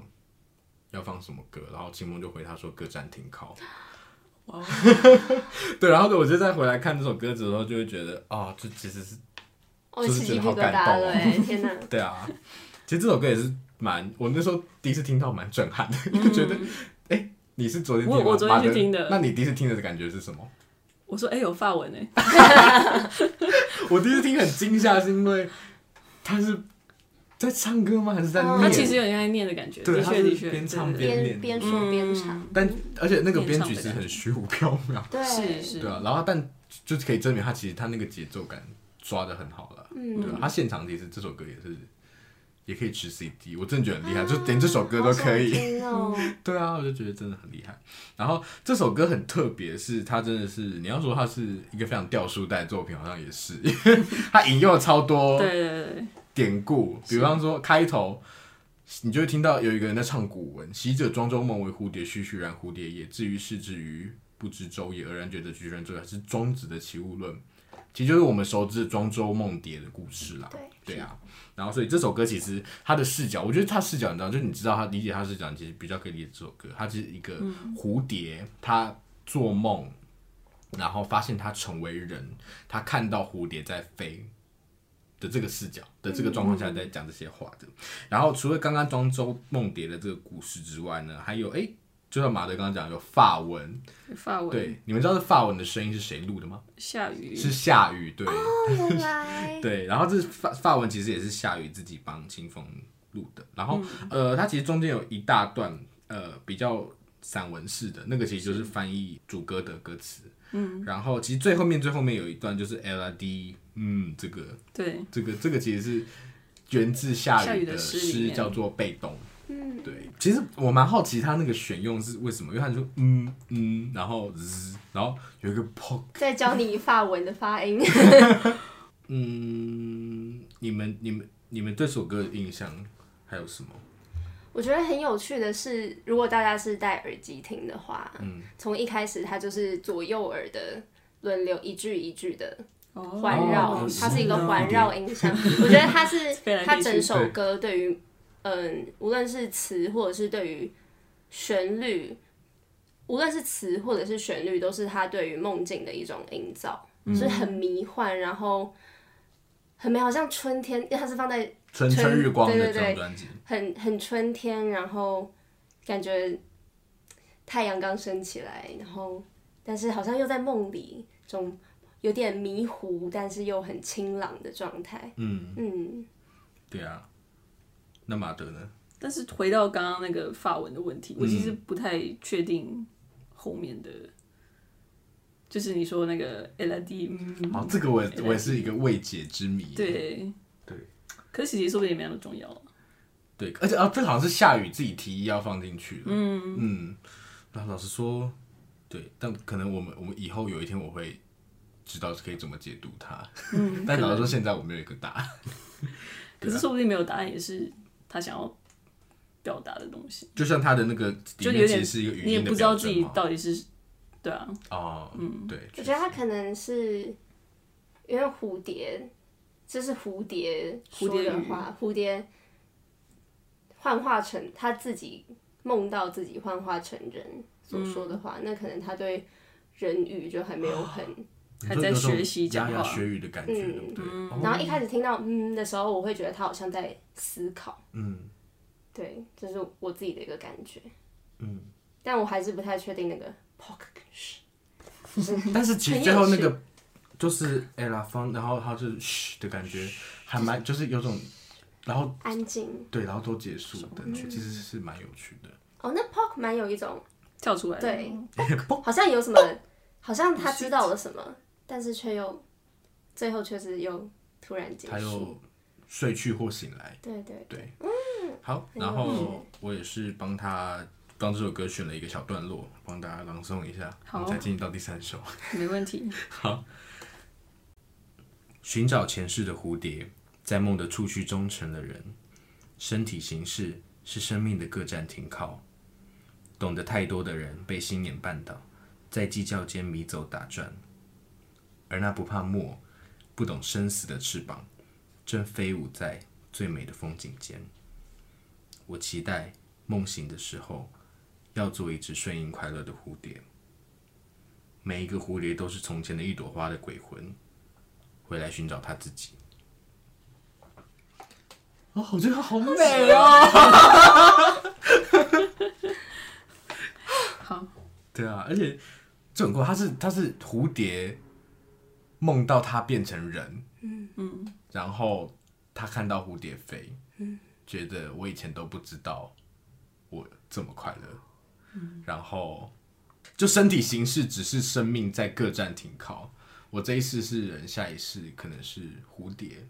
A: 要放什么歌？”然后清风就回他说：“歌暂停靠。”
B: 哇哦
A: 对，然后我就再回来看这首歌词的时候，就会觉得哦，这其实是
C: 我
A: 就是
C: 哦起鸡
A: 觉
C: 皮
A: 得好
C: 疙
A: 感
C: 瘩
A: 动
C: 了
A: 哦
C: 哎、天 哪！
A: 对啊，其实这首歌也是蛮，我那时候第一次听到蛮震撼的， 就觉得，哎、你是昨天听
B: 嗯我
A: 吗
B: 我昨天去
A: 妈
B: 听的
A: 那你第一次听的感觉是什么？
B: 我说哎、有发文哎、
A: 我第一次听很惊吓，是因为他是在唱歌吗？还是在念？
C: 哦
B: 他其实有点爱念的感觉，
A: 对
B: 的
A: 他
B: 确
A: 是
B: 的确，
A: 边唱
B: 对对对
C: 边边说边唱，
A: 但而且那个
B: 念
A: 编
B: 唱
A: 曲
B: 的
A: 其实
B: 感
A: 很虚无缥缈，
C: 对，
B: 是是
A: 对啊，然后但就是可以证明他其实他那个节奏感抓的很好了，
C: 嗯
A: 对啊，他现场其实这首歌也是也可以吃 CD，我真的觉得很厉哎害，就连这首歌都可以。
C: 好想听哦。
A: 对啊，我就觉得真的很厉害。然后这首歌很特别，是它真的是你要说它是一个非常掉书袋的作品，好像也是， 因为它引用了超多
B: 对对对对，
A: 典故，比方说开头。你就会听到有一个人在唱古文：“习者庄周梦为蝴蝶，栩栩然蝴蝶也。至于是之于不知周也，而然觉得居然周也。”是庄子的《齐物论》，其实就是我们熟知的庄周梦蝶的故事啦。对啊，然后所以这首歌其实它的视角，我觉得它视角，你知道，就是你知道他理解他视角，你其实比较可以理解这首歌。它是一个蝴蝶，它做梦，然后发现它成为人，它看到蝴蝶在飞的这个视角的这个状况下在讲这些话的。然后除了刚刚庄周梦蝶的这个故事之外呢，还有诶，就像马德刚刚讲有法文，
B: 发文，
A: 对，你们知道这法文的声音是谁录的吗？
B: 下雨，
A: 是夏雨，对。哦
C: 原 来
A: 对，然后这发发文其实也是夏雨自己帮清风录的，然后、呃，它其实中间有一大段呃比较散文式的那个，其实就是翻译主歌的歌词，嗯，然后其实最后面最后面有一段就是 L D，嗯，这个
B: 对，
A: 这个这个其实是源自夏
B: 夏
A: 雨
B: 雨
A: 的
B: 的诗里
A: 诗，
B: 面
A: 叫做《被动》。嗯，对，其实我蛮好奇他那个选用是为什么，因为他就嗯嗯，然后滋，然后有一个 p
C: 在教你法文的发音，
A: 嗯，你们、你们、你们对这首歌的印象还有什么？
C: 我觉得很有趣的是，如果大家是戴耳机听的话，
A: 嗯
C: 从一开始它就是左右耳的轮流一句一句的
B: 哦嗯
C: 环绕，
A: 哦
C: 它是一个
A: 是哦
C: 环绕音箱。我觉得它是
B: 飞来飞去
C: 它整首歌对于嗯，无论是词或者是对于旋律，无论是词或者是旋律，都是它对于梦境的一种营造，就是很迷幻，然后很美好，像春天，因为它是放在
A: 春
C: 春
A: 春日光
C: 对
A: 的
C: 对
A: 这张
C: 对
A: 专辑，
C: 很很春天，然后感觉太阳刚升起来，然后但是好像又在梦里，这种有点迷糊，但是又很清朗的状态。
A: 嗯，
C: 嗯，
A: 对啊。那马德呢？
B: 但是回到刚刚那个发文的问
A: 嗯
B: 题，我其实不太确定后面的，就是你说那个 L D，嗯，
A: 哦，这个我也我也是一个未解之谜。
B: 对
A: 对
B: 可是其实说不定也没那么重要啊
A: 对，而且啊，这个好像是夏雨自己提议要放进去的。嗯嗯，那老实说，对，但可能我们我们以后有一天我会知道可以怎么解读它。嗯， 但老实说，现在我没有一个答案。啊
B: 可是说不定没有答案也是他想要表达的东西，
A: 就像它的那个里
B: 就
A: 面
B: 有
A: 其
B: 点
A: 实是一个语
B: 你也
A: 音的
B: 不知道
A: 表
B: 自
A: 征
B: 己
A: 嘛
B: 到底是，对啊，
A: 哦，对，
C: 我觉得它可能是因为蝴蝶，这是蝴蝶说的话，蝴蝶幻化成他自己梦到自己幻化成人所说的话，那可能他对人语就还没 有很。
B: 还在学习
A: 牙
B: 讲
A: 牙
B: 话
A: 学语的感觉，
C: 嗯
A: 对不对？哦
C: 然后一开始听到嗯的时候，我会觉得他好像在思考，
A: 嗯，
C: 对，这是我自己的一个感觉，嗯，但我还是不太确定那个 p o k
A: 但是其实
C: 很有
A: 最后那个就是 ella 方，然后他是嘘的感觉，还蛮就是有种，然后
C: 安静
A: 对，然后都结束的，其实是蛮有趣的。
C: 哦，那 p o k 蛮有一种
B: 跳出来的
C: 对，好像有什么，好像他知道了什么，但是却又最后却是又突然结
A: 他
C: 束，嗯
A: 又睡去或醒来，
C: 对对，
A: 对，好，然后我也是帮他帮这首歌选了一个小段落，帮大家朗诵一下，我们
B: 好
A: 再进行到第三首。
B: 没问题，
A: 寻找前世的蝴蝶，在梦的触须中成了人，身体形式是生命的各站停靠。
E: 懂得太多的人被心眼绊倒，在计较间迷走打转。而那不怕墨，不懂生死的翅膀，正飞舞在最美的风景间。我期待梦醒的时候，要做一只顺应快乐的蝴蝶。每一个蝴蝶都是从前的一朵花的鬼魂，回来寻找它自己。
A: 哦，我觉得好美哦。
B: 好，
A: 对啊，而且这种歌，它是它是蝴蝶梦到它变成人，嗯嗯，然后他看到蝴蝶飞，觉得我以前都不知道我这么快乐，然后就身体形式只是生命在各站停靠，我这一世是人，下一世可能是蝴蝶。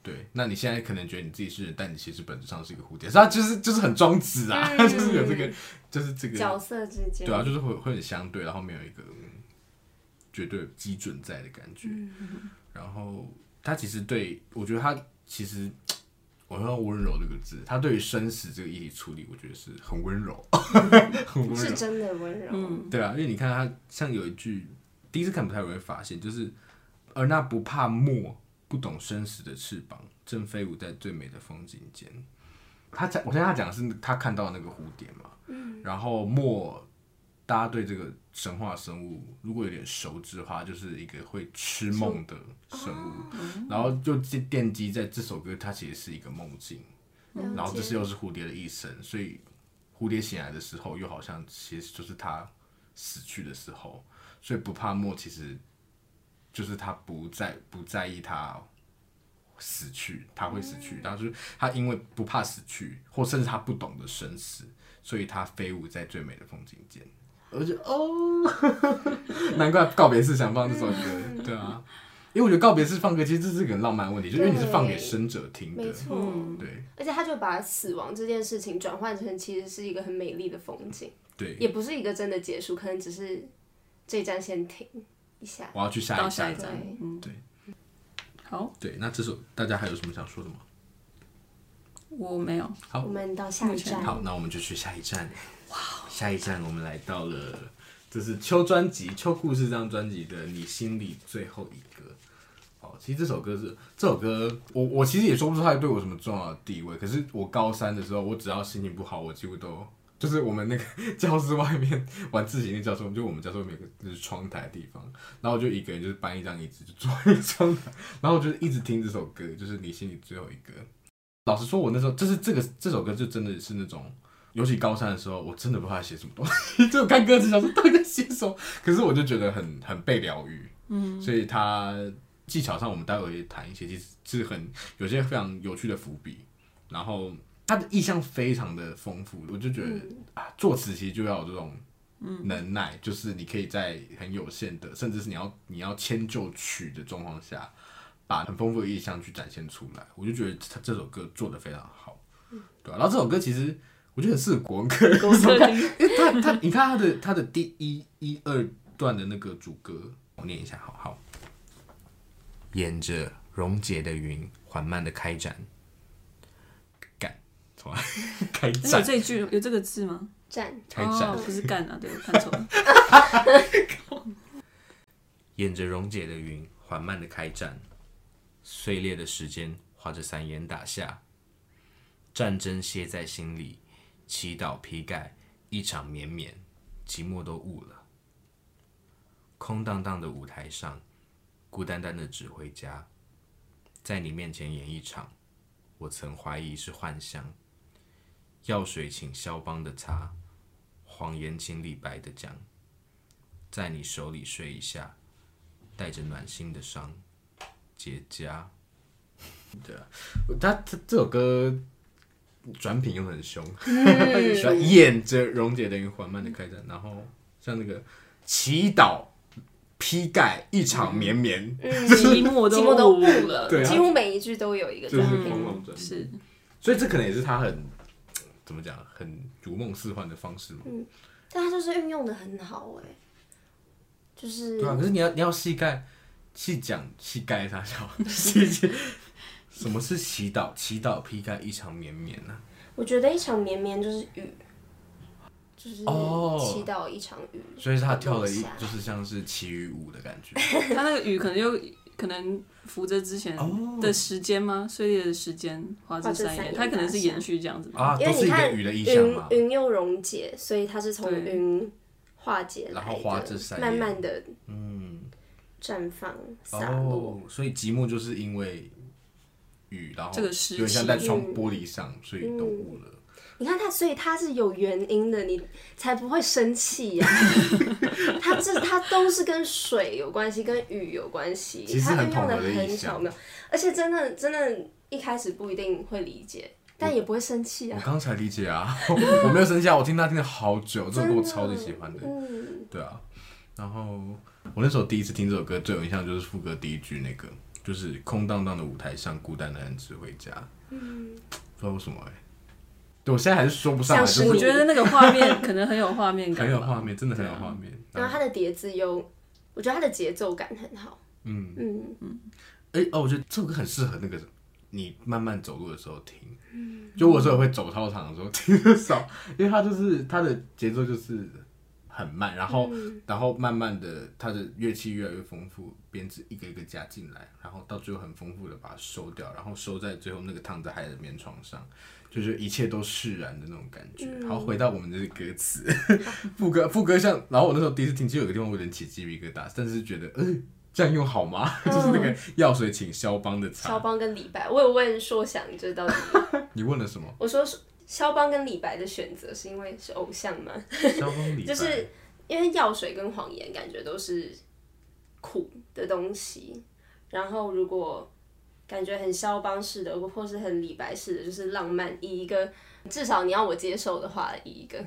A: 对，那你现在可能觉得你自己是人，但你其实本质上是一个蝴蝶，所以它就是就是很庄子啊， 就是有这个，就是这个
C: 角色之间，
A: 对啊，就是会会很相对，然后没有一个嗯绝对基准在的感觉。然后他其实对我觉得他其实我用温柔这个字，他对于生死这个议题处理，我觉得是很温柔， 很温柔
C: 是。真的温柔。
A: 对啊，因为你看他像有一句，第一次看不太容易发现，就是而那不怕墨，不懂生死的翅膀，正飞舞在最美的风景间。他讲，我现在他讲的是他看到的那个蝴蝶嘛，然后墨，大家对这个神话生物如果有点熟知的话，就是一个会吃梦的生物，然后就奠基在这首歌，它其实是一个梦境，
C: 了
A: 嗯然后这
C: 解
A: 是又是蝴蝶的一生，所以蝴蝶醒来的时候，又好像其实就是它死去的时候，所以不怕墨其实就是他不在不在意它死去，他会死
C: 嗯
A: 去，他就是他因为不怕死去，或甚至他不懂得生死，所以他飞舞在最美的风景间。我就哦， 难怪告别式想放这首
C: 嗯
A: 歌，对啊，因为我觉得告别式放歌其实这是个很浪漫的问题，就因为你是放给生者听的
C: 没，错，
A: 对
C: 而且他就把死亡这件事情转换成其实是一个很美丽的风景，
A: 对，
C: 也不是一个真的结束，可能只是这一站先停一下。
A: 我要去下
B: 到
A: 一
B: 下一
A: 站
B: 站
C: 对，
B: 嗯，
A: 对
B: 好，
A: 对，那这首大家还有什么想说的吗？
B: 我没 有，
A: 好
C: 我们到下一站，
A: 好，那我们就去下一站。哇，下一站我们来到了，这是秋专辑《秋故事》这张专辑的《你心里最后一个》。哦，其实这首歌是这首歌，我我其实也说不出它对我有什么重要的地位。可是我高三的时候，我只要心情不好，我几乎都就是我们那个教室外面晚自习那教室，我们就我们教室外面有个就是窗台的地方，然后我就一个人就是搬一张椅子就坐在窗台，然后我就一直听这首歌，就是你心里最后一个。老实说，我那时候就是这个这首歌，就真的是那种，尤其高三的时候，我真的不知道他写什么东西， 就看歌词想说到底在写什么，可是我就觉得很很被疗愈，嗯，所以他技巧上我们待会也谈一些，其实是很有些非常有趣的伏笔，然后他的意象非常的丰富，我就觉得、啊，作词其实就要有这种。能耐就是你可以在很有限的，甚至是你要你要迁就曲的状况下，把很丰富的意象去展现出来。我就觉得他这首歌做的非常好，对、啊、然后这首歌其实我觉得很适合国文课，
B: 狗舍听，
A: 因为他他你看他的他的第一一二段的那个主歌，我念一下，好好。沿着溶解的云缓慢的开展，干，从来 开
B: 有
A: 展
B: 这一句有这个字吗？
C: 站
A: 开展
B: 哦，不是干啊，对我看错 了。
E: 沿着溶解的云缓慢的开战，碎裂的时间划着伞眼打下，战争歇在心里，祈祷披盖，一场绵绵，寂寞都悟了。空荡荡的舞台上，孤单单的指挥家，在你面前演一场，我曾怀疑是幻象。药水请肖邦的擦，谎言请李白的讲，在你手里睡一下。带着暖心的伤，结 痂。
A: 啊他他这首歌转品又很凶，喜欢 演着溶解的云缓慢的开展，然后像那个祈祷披盖一场绵绵，
B: 寂寞
C: 寂寞都
B: 悟
C: 悟
B: 了，
A: 对啊
C: 几乎每一句都有一个
A: 就是
C: 站
A: 疯狂转，
B: 是
A: 所以这可能也是他很怎么讲，很如梦似幻的方式嘛。
C: 但他就是运用的很好哎、就是
A: 对啊，可是你要你要细盖细讲细盖啥笑，细细什么是祈祷？祈祷披盖一场绵绵呢？啊
C: 我觉得一场绵绵就是雨，就是
A: 哦
C: 祈祷一场雨。
A: 所以他跳了一
C: 落下
A: 就是像是祈雨舞的感觉。
B: 他那个雨可能又可能扶着之前
A: 哦
B: 的时间吗？碎裂的时间，花枝
C: 花枝
B: 三
C: 散
B: 眼，
C: 眼
B: 它可能
C: 大
B: 是
C: 厦
B: 延续这样子嘛。
A: 啊，
C: 因
A: 都
C: 为
A: 是
C: 你
A: 一个
C: 看
A: 雨的意象
C: 云
A: 嘛。
C: 云又溶解，所以它是从
B: 对
C: 云化解
E: 然
C: 来
E: 后花枝
C: 的，
E: 散
C: 慢
E: 叶
C: 慢的绽放洒落。
A: 嗯哦，所以积木就是因为雨，然后
B: 这个湿
A: 有点像
B: 气
A: 在窗玻璃上，
C: 嗯
A: 所以都雾了。
C: 你看他，所以他是有原因的，你才不会生气 呀、他这他都是跟水有关系，跟雨有关系
A: 其，实
C: 他
A: 很
C: 运用
A: 统
C: 的
A: 合的意
C: 很
A: 象
C: 巧妙，而且真的真的，一开始不一定会理解，但也不会生气
A: 我
C: 啊。
A: 刚才理解啊， 我没有生气啊，我听他听了好久，这首歌我超级喜欢的，
C: 嗯，
A: 对啊。然后我那时候第一次听这首歌，最有印象就是副歌第一句那个，就是空荡荡的舞台上，孤单的人只回家。嗯，不知道为什么哎、对我现在还是说不上来，
C: 像是
A: 就
B: 我
A: 是
B: 觉得那个画面可能很有画面
A: 很
B: 感
A: 有
B: 吧。
A: 画面，真的很有画面。
C: 然后他的叠字又，我觉得他的节奏感很好。
A: 嗯
C: 嗯，
A: 哎、哦，我觉得这首歌很适合那个你慢慢走路的时候听。
C: 嗯
A: 就我有时候也会走操场的时候 听的少，因为它就是它的节奏就是很慢，然后、
C: 嗯
A: 然后慢慢的它的乐器越来越丰富，编制一个一个加进来，然后到最后很丰富的把它收掉，然后收在最后那个躺在海的棉床上，就是一切都释然的那种感觉。
C: 嗯
A: 然后回到我们这个歌词， 副歌副歌像，然后我那时候第一次听，其实有个地方我有点起鸡皮疙瘩，但是觉得嗯、呃这样用好吗？ 就是那个药水请肖邦的
C: 嗯肖
A: 茶，
C: 邦跟李白，我有问硕想这到底，
A: 你问了什么？
C: 我说是肖邦跟李白的选择是因为是偶像吗？
A: 肖邦李白
C: 就是因为药水跟谎言感觉都是苦的东西，然后如果感觉很肖邦式的，或是很李白式的，就是浪漫，以一个至少你要我接受的话，以一个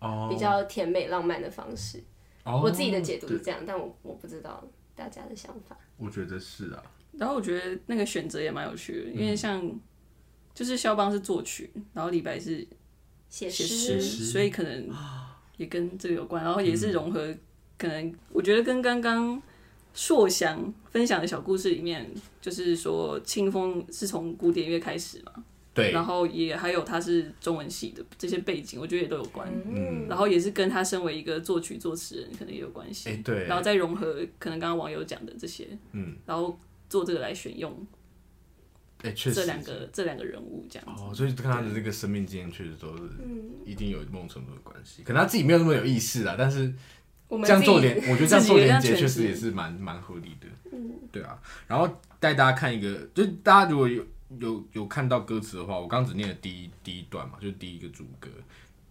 A: 哦
C: 比较甜美浪漫的方式，
A: 哦
C: 我自己的解读
A: 对
C: 是这样，但我我不知道大家的想法。
A: 我觉得是啊，
B: 然后我觉得那个选择也蛮有趣的，因为像
A: 嗯
B: 就是肖邦是作曲，然后李白是
C: 写
B: 写
C: 诗
B: 诗，
A: 嗯
B: 所以可能也跟这个有关，然后也是融合，可能我觉得跟刚刚硕翔分享的小故事里面，就是说清风是从古典乐开始嘛，
A: 对
B: 然后也还有他是中文系的这些背景，我觉得也都有关，
A: 嗯，
B: 然后也是跟他身为一个作曲作词人可能也有关系，
A: 哎对
B: 然后再融合可能刚刚网友讲的这些，
A: 嗯，
B: 然后做这个来选用
A: 哎，确实
B: 这两个这两个人物这样子，
A: 哦，所以跟他的这个生命经验确实都是一定有某种程度的关系，可能他自己没有那么有意识啊，但是
C: 我们
A: 这样
C: 自己
A: 做连，我觉得这样做连接
B: 自己
A: 确
B: 有
A: 实
B: 这样诠释
A: 也是蛮蛮合理的，嗯，对啊。然后带大家看一个，就是大家如果有有有看到歌词的话，我刚只念了第一第一段嘛，就是第一个主歌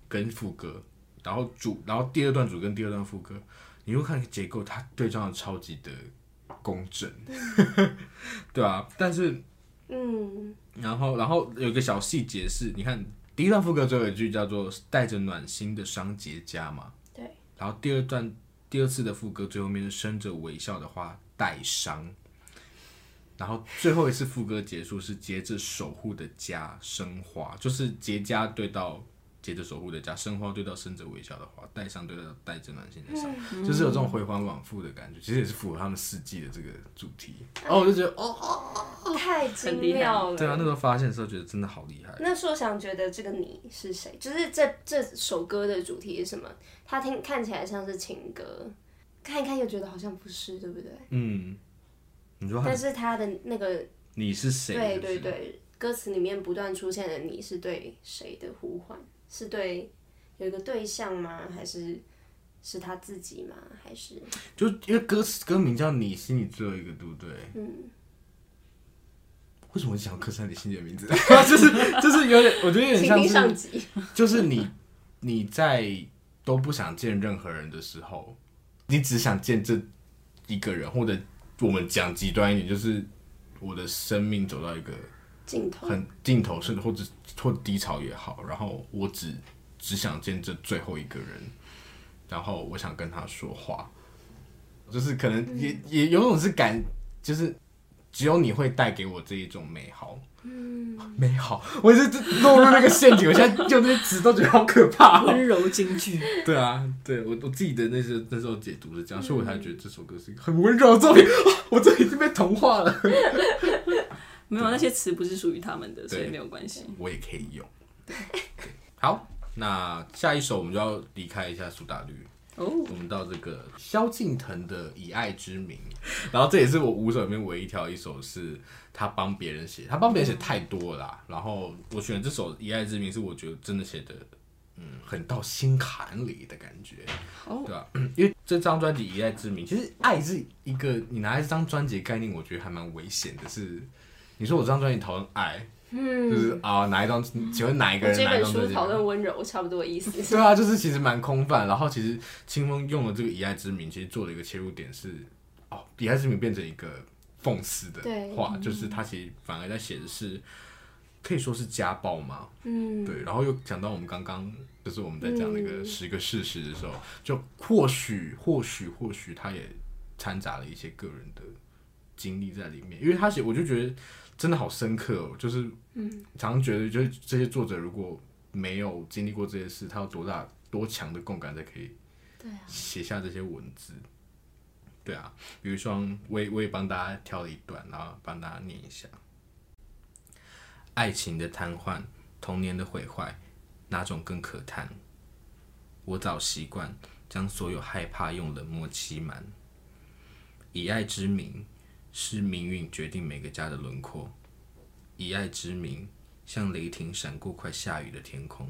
A: 跟副歌，然后主然后第二段主跟第二段副歌，你如果看结构，它对仗的超级的工整，对啊，但是。
C: 嗯，
A: 然后，然后有一个小细节是，你看第一段副歌最后一句叫做“带着暖心的伤结痂”嘛，
C: 对。
A: 然后第二段第二次的副歌最后面是“伸着微笑的花带伤”，然后最后一次副歌结束是“结着守护的家生花”，就是结痂对到结着守护的家，生花对到伸着微笑的花，带伤对到带着暖心的伤，
C: 嗯
A: 就是有这种回环往复的感觉，其实也是符合他们四季的这个主题。哦，我就觉得哦，
C: 太精妙了。
A: 对啊，那时候发现的时候觉得真的好厉害。
C: 那硕想觉得这个你是谁？就是这这首歌的主题是什么？它听看起来像是情歌，看一看又觉得好像不是，对不对？
A: 嗯，你说他
C: 但是它的那个
A: 你是谁？
C: 对
A: 是不
C: 对
A: 是，
C: 对，歌词里面不断出现的你是对谁的呼唤？是对有一个对象吗？还是是他自己吗？还是
A: 就因为歌词歌名叫你心里只有一个，对不对？
C: 嗯，
A: 为什么我想刻在你心里的名字？ 就是就是有点，我觉得有点
C: 请听
A: 像
C: 上
A: 是，
C: 集。
A: 就是你你在都不想见任何人的时候，你只想见这一个人，或者我们讲极端一点，就是我的生命走到一个
C: 镜头，
A: 很尽头，甚至或者或者低潮也好，然后我只只想见这最后一个人，然后我想跟他说话，就是可能也、也有种是感，就是只有你会带给我这一种美好。美好，我这这落入那个陷阱，我现在用这些词都觉得好可 怕、哦。
B: 温柔京剧。
A: 对啊，对我我自己的那时候那时候解读是这样，所以我才觉得这首歌是一个很温柔的作品。 我这里是被同化了，
B: 啊没有那些词不是属于他们的，所以
A: 啊对
B: 没有关系。
A: 我也可以用。好，那下一首我们就要离开一下苏打绿，
B: 哦
A: 我们到这个萧敬腾的《以爱之名》，然后这也是我五首里面唯一挑一首是他帮别人写，他帮别人写太多了啦。然后我选这首《以爱之名》是我觉得真的写的，嗯，很到心坎里的感觉，
B: 哦
A: 对吧、因为这张专辑《以爱之名》，其实爱是一个你拿这张专辑的概念，我觉得还蛮危险的是。你说我这张专辑讨论爱，就是啊、哪一张？请问哪一个人？
C: 嗯这
A: 哪一
C: 本
A: 张专
C: 书
A: 辑？
C: 讨论温柔差不多的意思。
A: 对啊，就是其实蛮空泛。然后其实清风用了这个以爱之名，其实做了一个切入点是，哦，以爱之名变成一个讽刺的
C: 对
A: 话，就是他其实反而在写的是，可以说是家暴嘛，
C: 嗯，
A: 对。然后又讲到我们刚刚就是我们在讲那个十个事实的时候，就或许或许或许他也掺杂了一些个人的经历在里面，因为他写我就觉得真的好深刻哦，就是
C: 嗯
A: 常常觉得，就是这些作者如果没有经历过这些事，他有多大多强的共感才可以
C: 对啊
A: 写下这些文字？对啊，比如说我也我也帮大家挑了一段，然后帮大家念一下：爱情的瘫痪，童年的毁坏，哪种更可叹？我早习惯将所有害怕用冷漠欺瞒，以爱之名，是命运决定每个家的轮廓。以爱之名，像雷霆闪过快下雨的天空，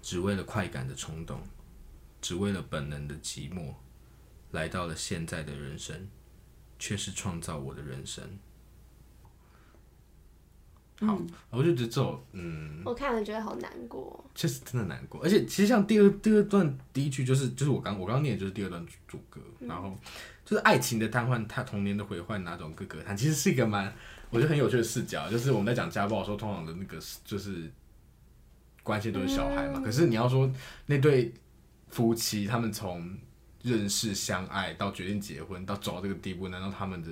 A: 只为了快感的冲动，只为了本能的寂寞，来到了现在的人生，却是创造我的人生。好，哦我就觉得这首，嗯，
C: 我看了觉得好难过。
A: 确实真的难过，而且其实像第二第二段第一句就是就是我刚我刚念的就是第二段主歌，
C: 嗯
A: 然后就是爱情的瘫痪，他童年的毁坏哪种各个叹，其实是一个蛮我觉得很有趣的视角，就是我们在讲家暴的时候，通常的那个就是关系都是小
C: 嗯
A: 孩嘛，可是你要说那对夫妻他们从认识相爱到决定结婚到走到这个地步，难道他们的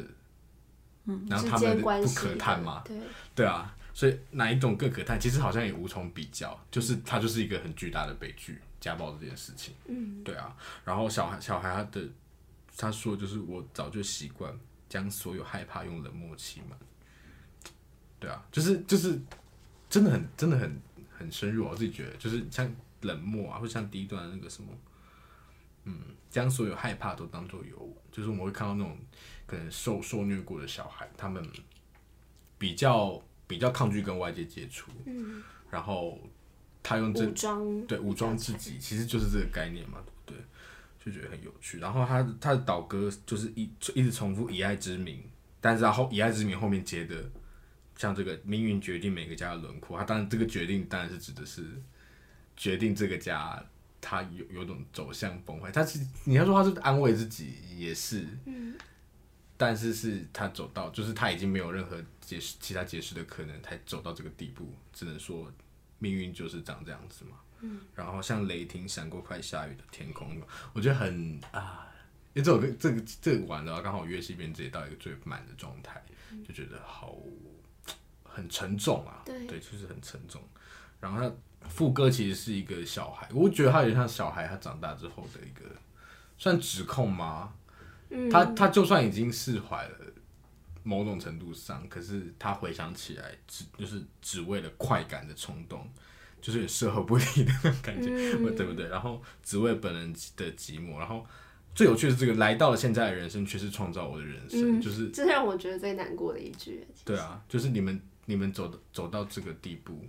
A: 难道
C: 嗯之
A: 他
C: 间
A: 们的
C: 关
A: 不
C: 系
A: 可
C: 的
A: 叹吗？
C: 对，
A: 对啊，所以哪一种更可叹，其实好像也无从比较，就是它就是一个很巨大的悲剧，家暴这件事情。嗯，对啊。然后小孩小孩他的他说就是我早就习惯将所有害怕用冷漠欺瞒。对啊，就是就是真的很真的很很深入啊，我自己觉得就是像冷漠啊，或像第一段那个什么。嗯，将所有害怕都当做有我，就是我们会看到那种可能受受虐过的小孩，他们比较比较抗拒跟外界接触，嗯，然后他用这
C: 武装
A: 对武装自己，其实就是这个概念嘛，对不对？就觉得很有趣。然后他他的倒歌就是一一直重复以爱之名，但是他后以爱之名后面接的，像这个命运决定每个家的轮廓，他当然这个决定当然是指的是决定这个家。他有有种走向崩坏，他是你要说他是安慰自己也是，但是是他走到，就是他已经没有任何解释其他解释的可能，才走到这个地步，只能说命运就是长这样子嘛。嗯，然后像雷霆闪过快下雨的天空，我觉得很啊，因为这首歌这个这个完了，刚好乐器编制也到一个最满的状态，就觉得好很沉重啊，
C: 对
A: 就是很沉重。然后他副歌其实是一个小孩，我觉得他有点像小孩，他长大之后的一个算指控吗？他他就算已经释怀了，某种程度上，可是他回想起来，只就是只为了快感的冲动，就是有事后不理的那种感觉，对不对？然后只为本人的寂寞，然后最有趣的是这个，来到了现在的人生，却是创造我的人生，就是
C: 这是让我觉得最难过的一句。
A: 对啊，就是你们你们走的走到这个地步，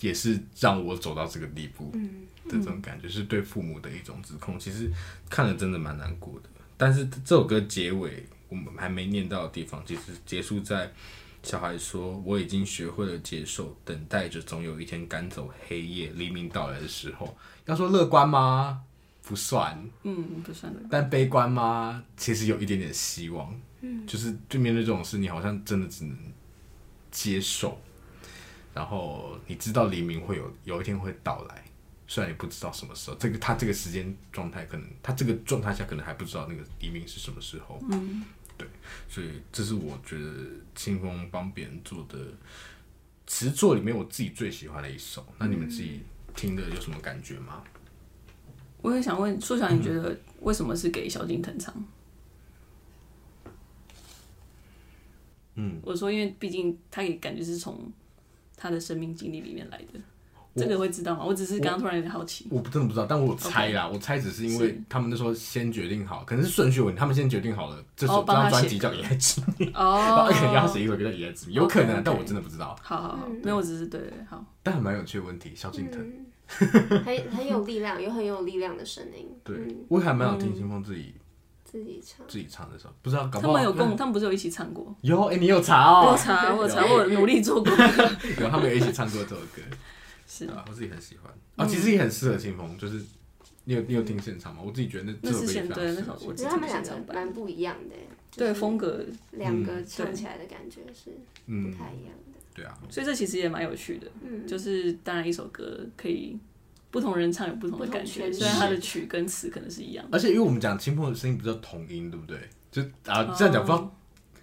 A: 也是让我走到这个地步的这种感觉，是对父母的一种指控。其实看了真的蛮难过的。但是这首歌结尾我们还没念到的地方，其实结束在小孩说：“我已经学会了接受，等待着总有一天赶走黑夜，黎明到来的时候。”要说乐观吗？不算，
B: 嗯，不算了。
A: 但悲观吗？其实有一点点希望。嗯，就是就面对这种事，你好像真的只能接受，然后你知道黎明会有有一天会到来，虽然你不知道什么时候。这个他这个时间状态，可能他这个状态下可能还不知道那个黎明是什么时候。嗯，对，所以这是我觉得清风帮别人做的词作里面我自己最喜欢的一首。那你们自己听的有什么感觉吗？
B: 我也想问硕翔，
A: 嗯
B: 你觉得为什么是给萧敬腾唱？嗯，我说，因为毕竟他也感觉是从他的生命经历里面来的，这个会知道吗？我只是刚刚突然有点好奇。
A: 我真的不知道，但我猜啦我猜只是因为他们那时候先决定好，可能是顺序问题，他们先决定好了，这首
B: 哦
A: 这
B: 帮他
A: 张专
B: 写
A: 辑叫《野鸡》，然
B: 哦
A: 后一个人要写一首歌叫《野鸡》，有可能啊
B: OK，OK，
A: 但我真的不知道。
B: 好好好，没有，我只是对对对好。
A: 但很蛮有趣的问题，萧敬腾，
C: 嗯，很很有力量，有很有力量的声音，
A: 对
C: 嗯，
A: 我还蛮想听新风自己
C: 自己唱。
A: 自己唱的时候，不知道搞
B: 他
A: 不好
B: 们有共，他们不是有一起唱过？
A: 有哎，你有查
B: 我 有
A: 哦，
B: 查，我有查，
A: 有
B: 我有努力做 功课。
A: 有他们有一起唱过这首歌，
B: 是嗯
A: 对，吧？啊我自己很喜欢哦，其实也很适合清风，就是你有你有听现场吗？我自己觉得那
B: 那
A: 这首歌
B: 是
A: 也
B: 现
A: 非常
B: 对那
A: 适合
B: 首
A: 清风
B: 我
C: 我觉得他们两个蛮不一样的，就
B: 对
C: 是
B: 风格，
A: 嗯
C: 两个唱起来的感觉是不太一样的。
A: 对啊，
B: 所以这其实也蛮有趣的。
C: 嗯，
B: 就是当然一首歌可以不同人唱有不同的感
C: 不同
B: 觉，
C: 诠释
B: 虽然它的曲跟词可能是一样的。
A: 而且因为我们讲清风的声音比较同音，对不对？就啊
B: 哦
A: 这样讲不知道会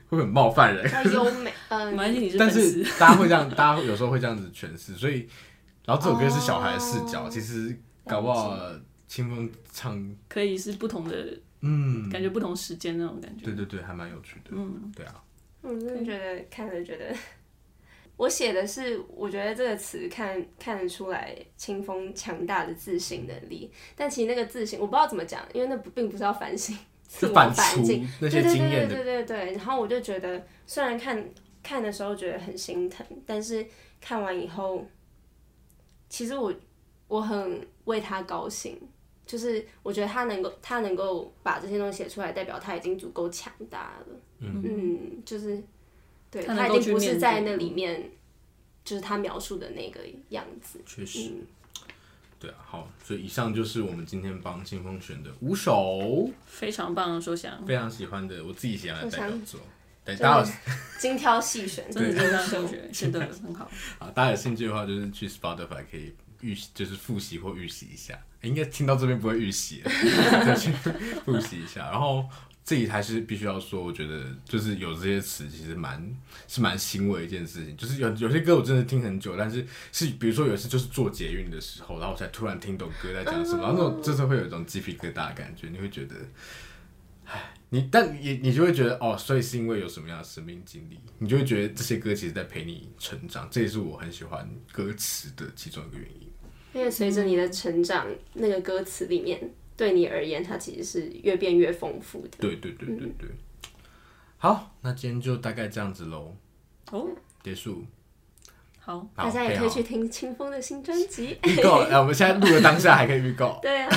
A: 不会很冒犯人，
C: 要优 美，
B: 没
C: 嗯，
B: 关系，你是粉
A: 但
B: 丝
A: 是。大家会这样，大家有时候会这样子诠释，所以然后这首歌是小孩的视角，
C: 哦
A: 其实搞不好清风唱，
B: 可以是不同的
A: 嗯，
B: 感觉，不同时间那种感觉。
A: 对对对，还蛮有趣的，
B: 嗯，
A: 对啊，
C: 我真的觉得看了觉得， 我写的是我觉得这个词看看得出来清风强大的自省能力，但其实那个自省我不知道怎么讲，因为那不并不是要反省，自
A: 就
C: 我
A: 反
C: 反省
A: 刍那些经验的
C: 对对对对对对。然后我就觉得，虽然看看的时候觉得很心疼，但是看完以后，其实我我很为他高兴。就是我觉得他能够，他能够把这些东西写出来，代表他已经足够强大了。嗯就是对
B: 他
C: 他
B: 能够
C: 已经不
B: 去
C: 是
B: 面
C: 在
B: 对
C: 那里面，就是他描述的那个样子。
E: 确实，
A: 对啊，好，所以以上就是我们今天帮清风选的五首
B: 非常棒的说想，
A: 非常喜欢的，我自己喜欢的代表作。对，
C: 真的
A: 大家有
C: 精挑细选，
B: 真的
C: 精
B: 真
C: 挑
B: 的
C: 细
B: 同
C: 选
B: 学选的 很好。
A: 啊，大家有兴趣的话，就是去 Spotify 可以预习，就是复习或预习一下。诶应该听到这边不会预习 了，再去复习一下。然后自己还是必须要说，我觉得就是有这些词，其实蛮是蛮欣慰的一件事情。就是有有些歌我真的听很久，但是是比如说有一次就是坐捷运的时候，然后我才突然听懂歌在讲什么，然后那种就是会有一种鸡皮疙瘩的感觉，你会觉得。唉你但你你就会觉得哦，所以是因为有什么样的生命经历，你就会觉得这些歌其实在陪你成长，这也是我很喜欢歌词的其中一个原因。
C: 因为随着你的成长，那个歌词里面对你而言，它其实是越变越丰富的。
A: 对对对对对。好，那今天就大概这样子喽，
B: 哦，
A: 结束。
B: 好，
A: 好
C: 大家也可以去
A: 非
C: 听清风的新专辑。，
A: 常好预告，哎、我们现在录的当下还可以预告
C: 对啊，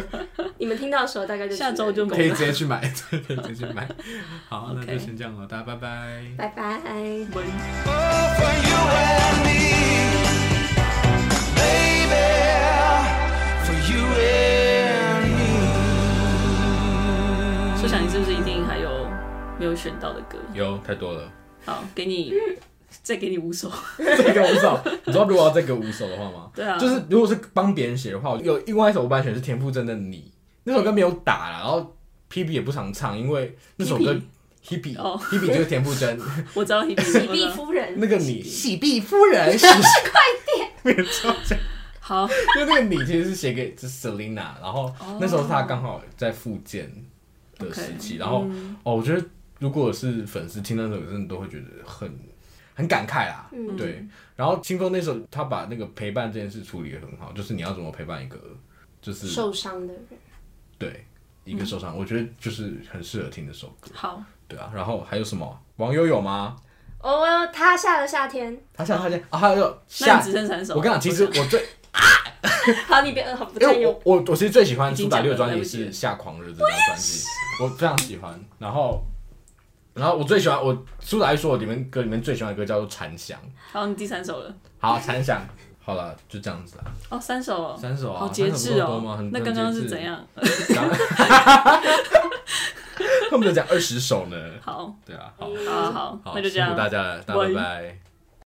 C: 你们听到的时候大概就
B: 下周就
A: 可以直接去买，对，可以直接去买。好，那就
B: OK
A: 先这样了，大家拜拜。
C: 拜拜。
B: 喂。
D: Oh, for you and me, baby, for you and me.
B: 设想你是不是一定还有没有选到的歌？
A: 有太多了，
B: 好，给你再给你五首。
A: 这个五首，你知道如果要再给我五首的话吗？
B: 对啊，
A: 就是如果是帮别人写的话，有另外一首我本来选是田馥甄的《你》，那首歌没有打啦，然后 P P 也不常唱，因为那首歌 P P
B: 哦
A: P P 就是田馥甄
B: 我知道 Hebe，
C: 喜
B: 我知
C: 碧
B: 道
C: 夫 人
A: 那个你喜碧夫人，快点，没错，
B: 好，
A: 就那个你其实是写给就是 Selina，然后
B: 哦
A: 那时候她刚好在复健的时期，然后
B: 嗯
A: 哦，我觉得如果是粉丝听到这首歌，真的都会觉得很很感慨啦，
B: 嗯
A: 对。然后清风那首他把那个陪伴这件事处理的很好，就是你要怎么陪伴一个就是
C: 受伤的人，
A: 对一
B: 嗯
A: 个受伤，我觉得就是很适合听这首歌，
B: 好，
A: 对啊。然后还有什么？网友有吗？
C: 哦，他下了 夏天。
A: 他想他想啊，还有
B: 那
A: 下
B: 你只，剩三首。
A: 我跟你讲，其实
B: 想
A: 我最
C: 好，你别，好不
A: 因
C: 占
A: 为
C: 用
A: 我。我我其实最喜欢苏打绿的专
B: 已
A: 辑
B: 经讲了
A: 是《下狂热》这张专辑，我非常喜欢。然后，然后我最喜欢我苏打绿说我里面歌里面最喜欢的歌叫做《禅 想》。
B: 好，你第三首了。
A: 好，《禅想》好了，就这样子啦，
B: 哦，三首哦，
A: 三首啊，
B: 好节制
A: 三首不够多吗
B: 哦
A: 很。
B: 那刚刚是怎？样？
A: 恨不得讲二十首呢。
B: 好，
A: 对啊，好，
B: 好好好，
A: 啊好，
B: 那就这
A: 辛
B: 样
A: 苦。大家了，大家拜
B: 喂
A: 拜。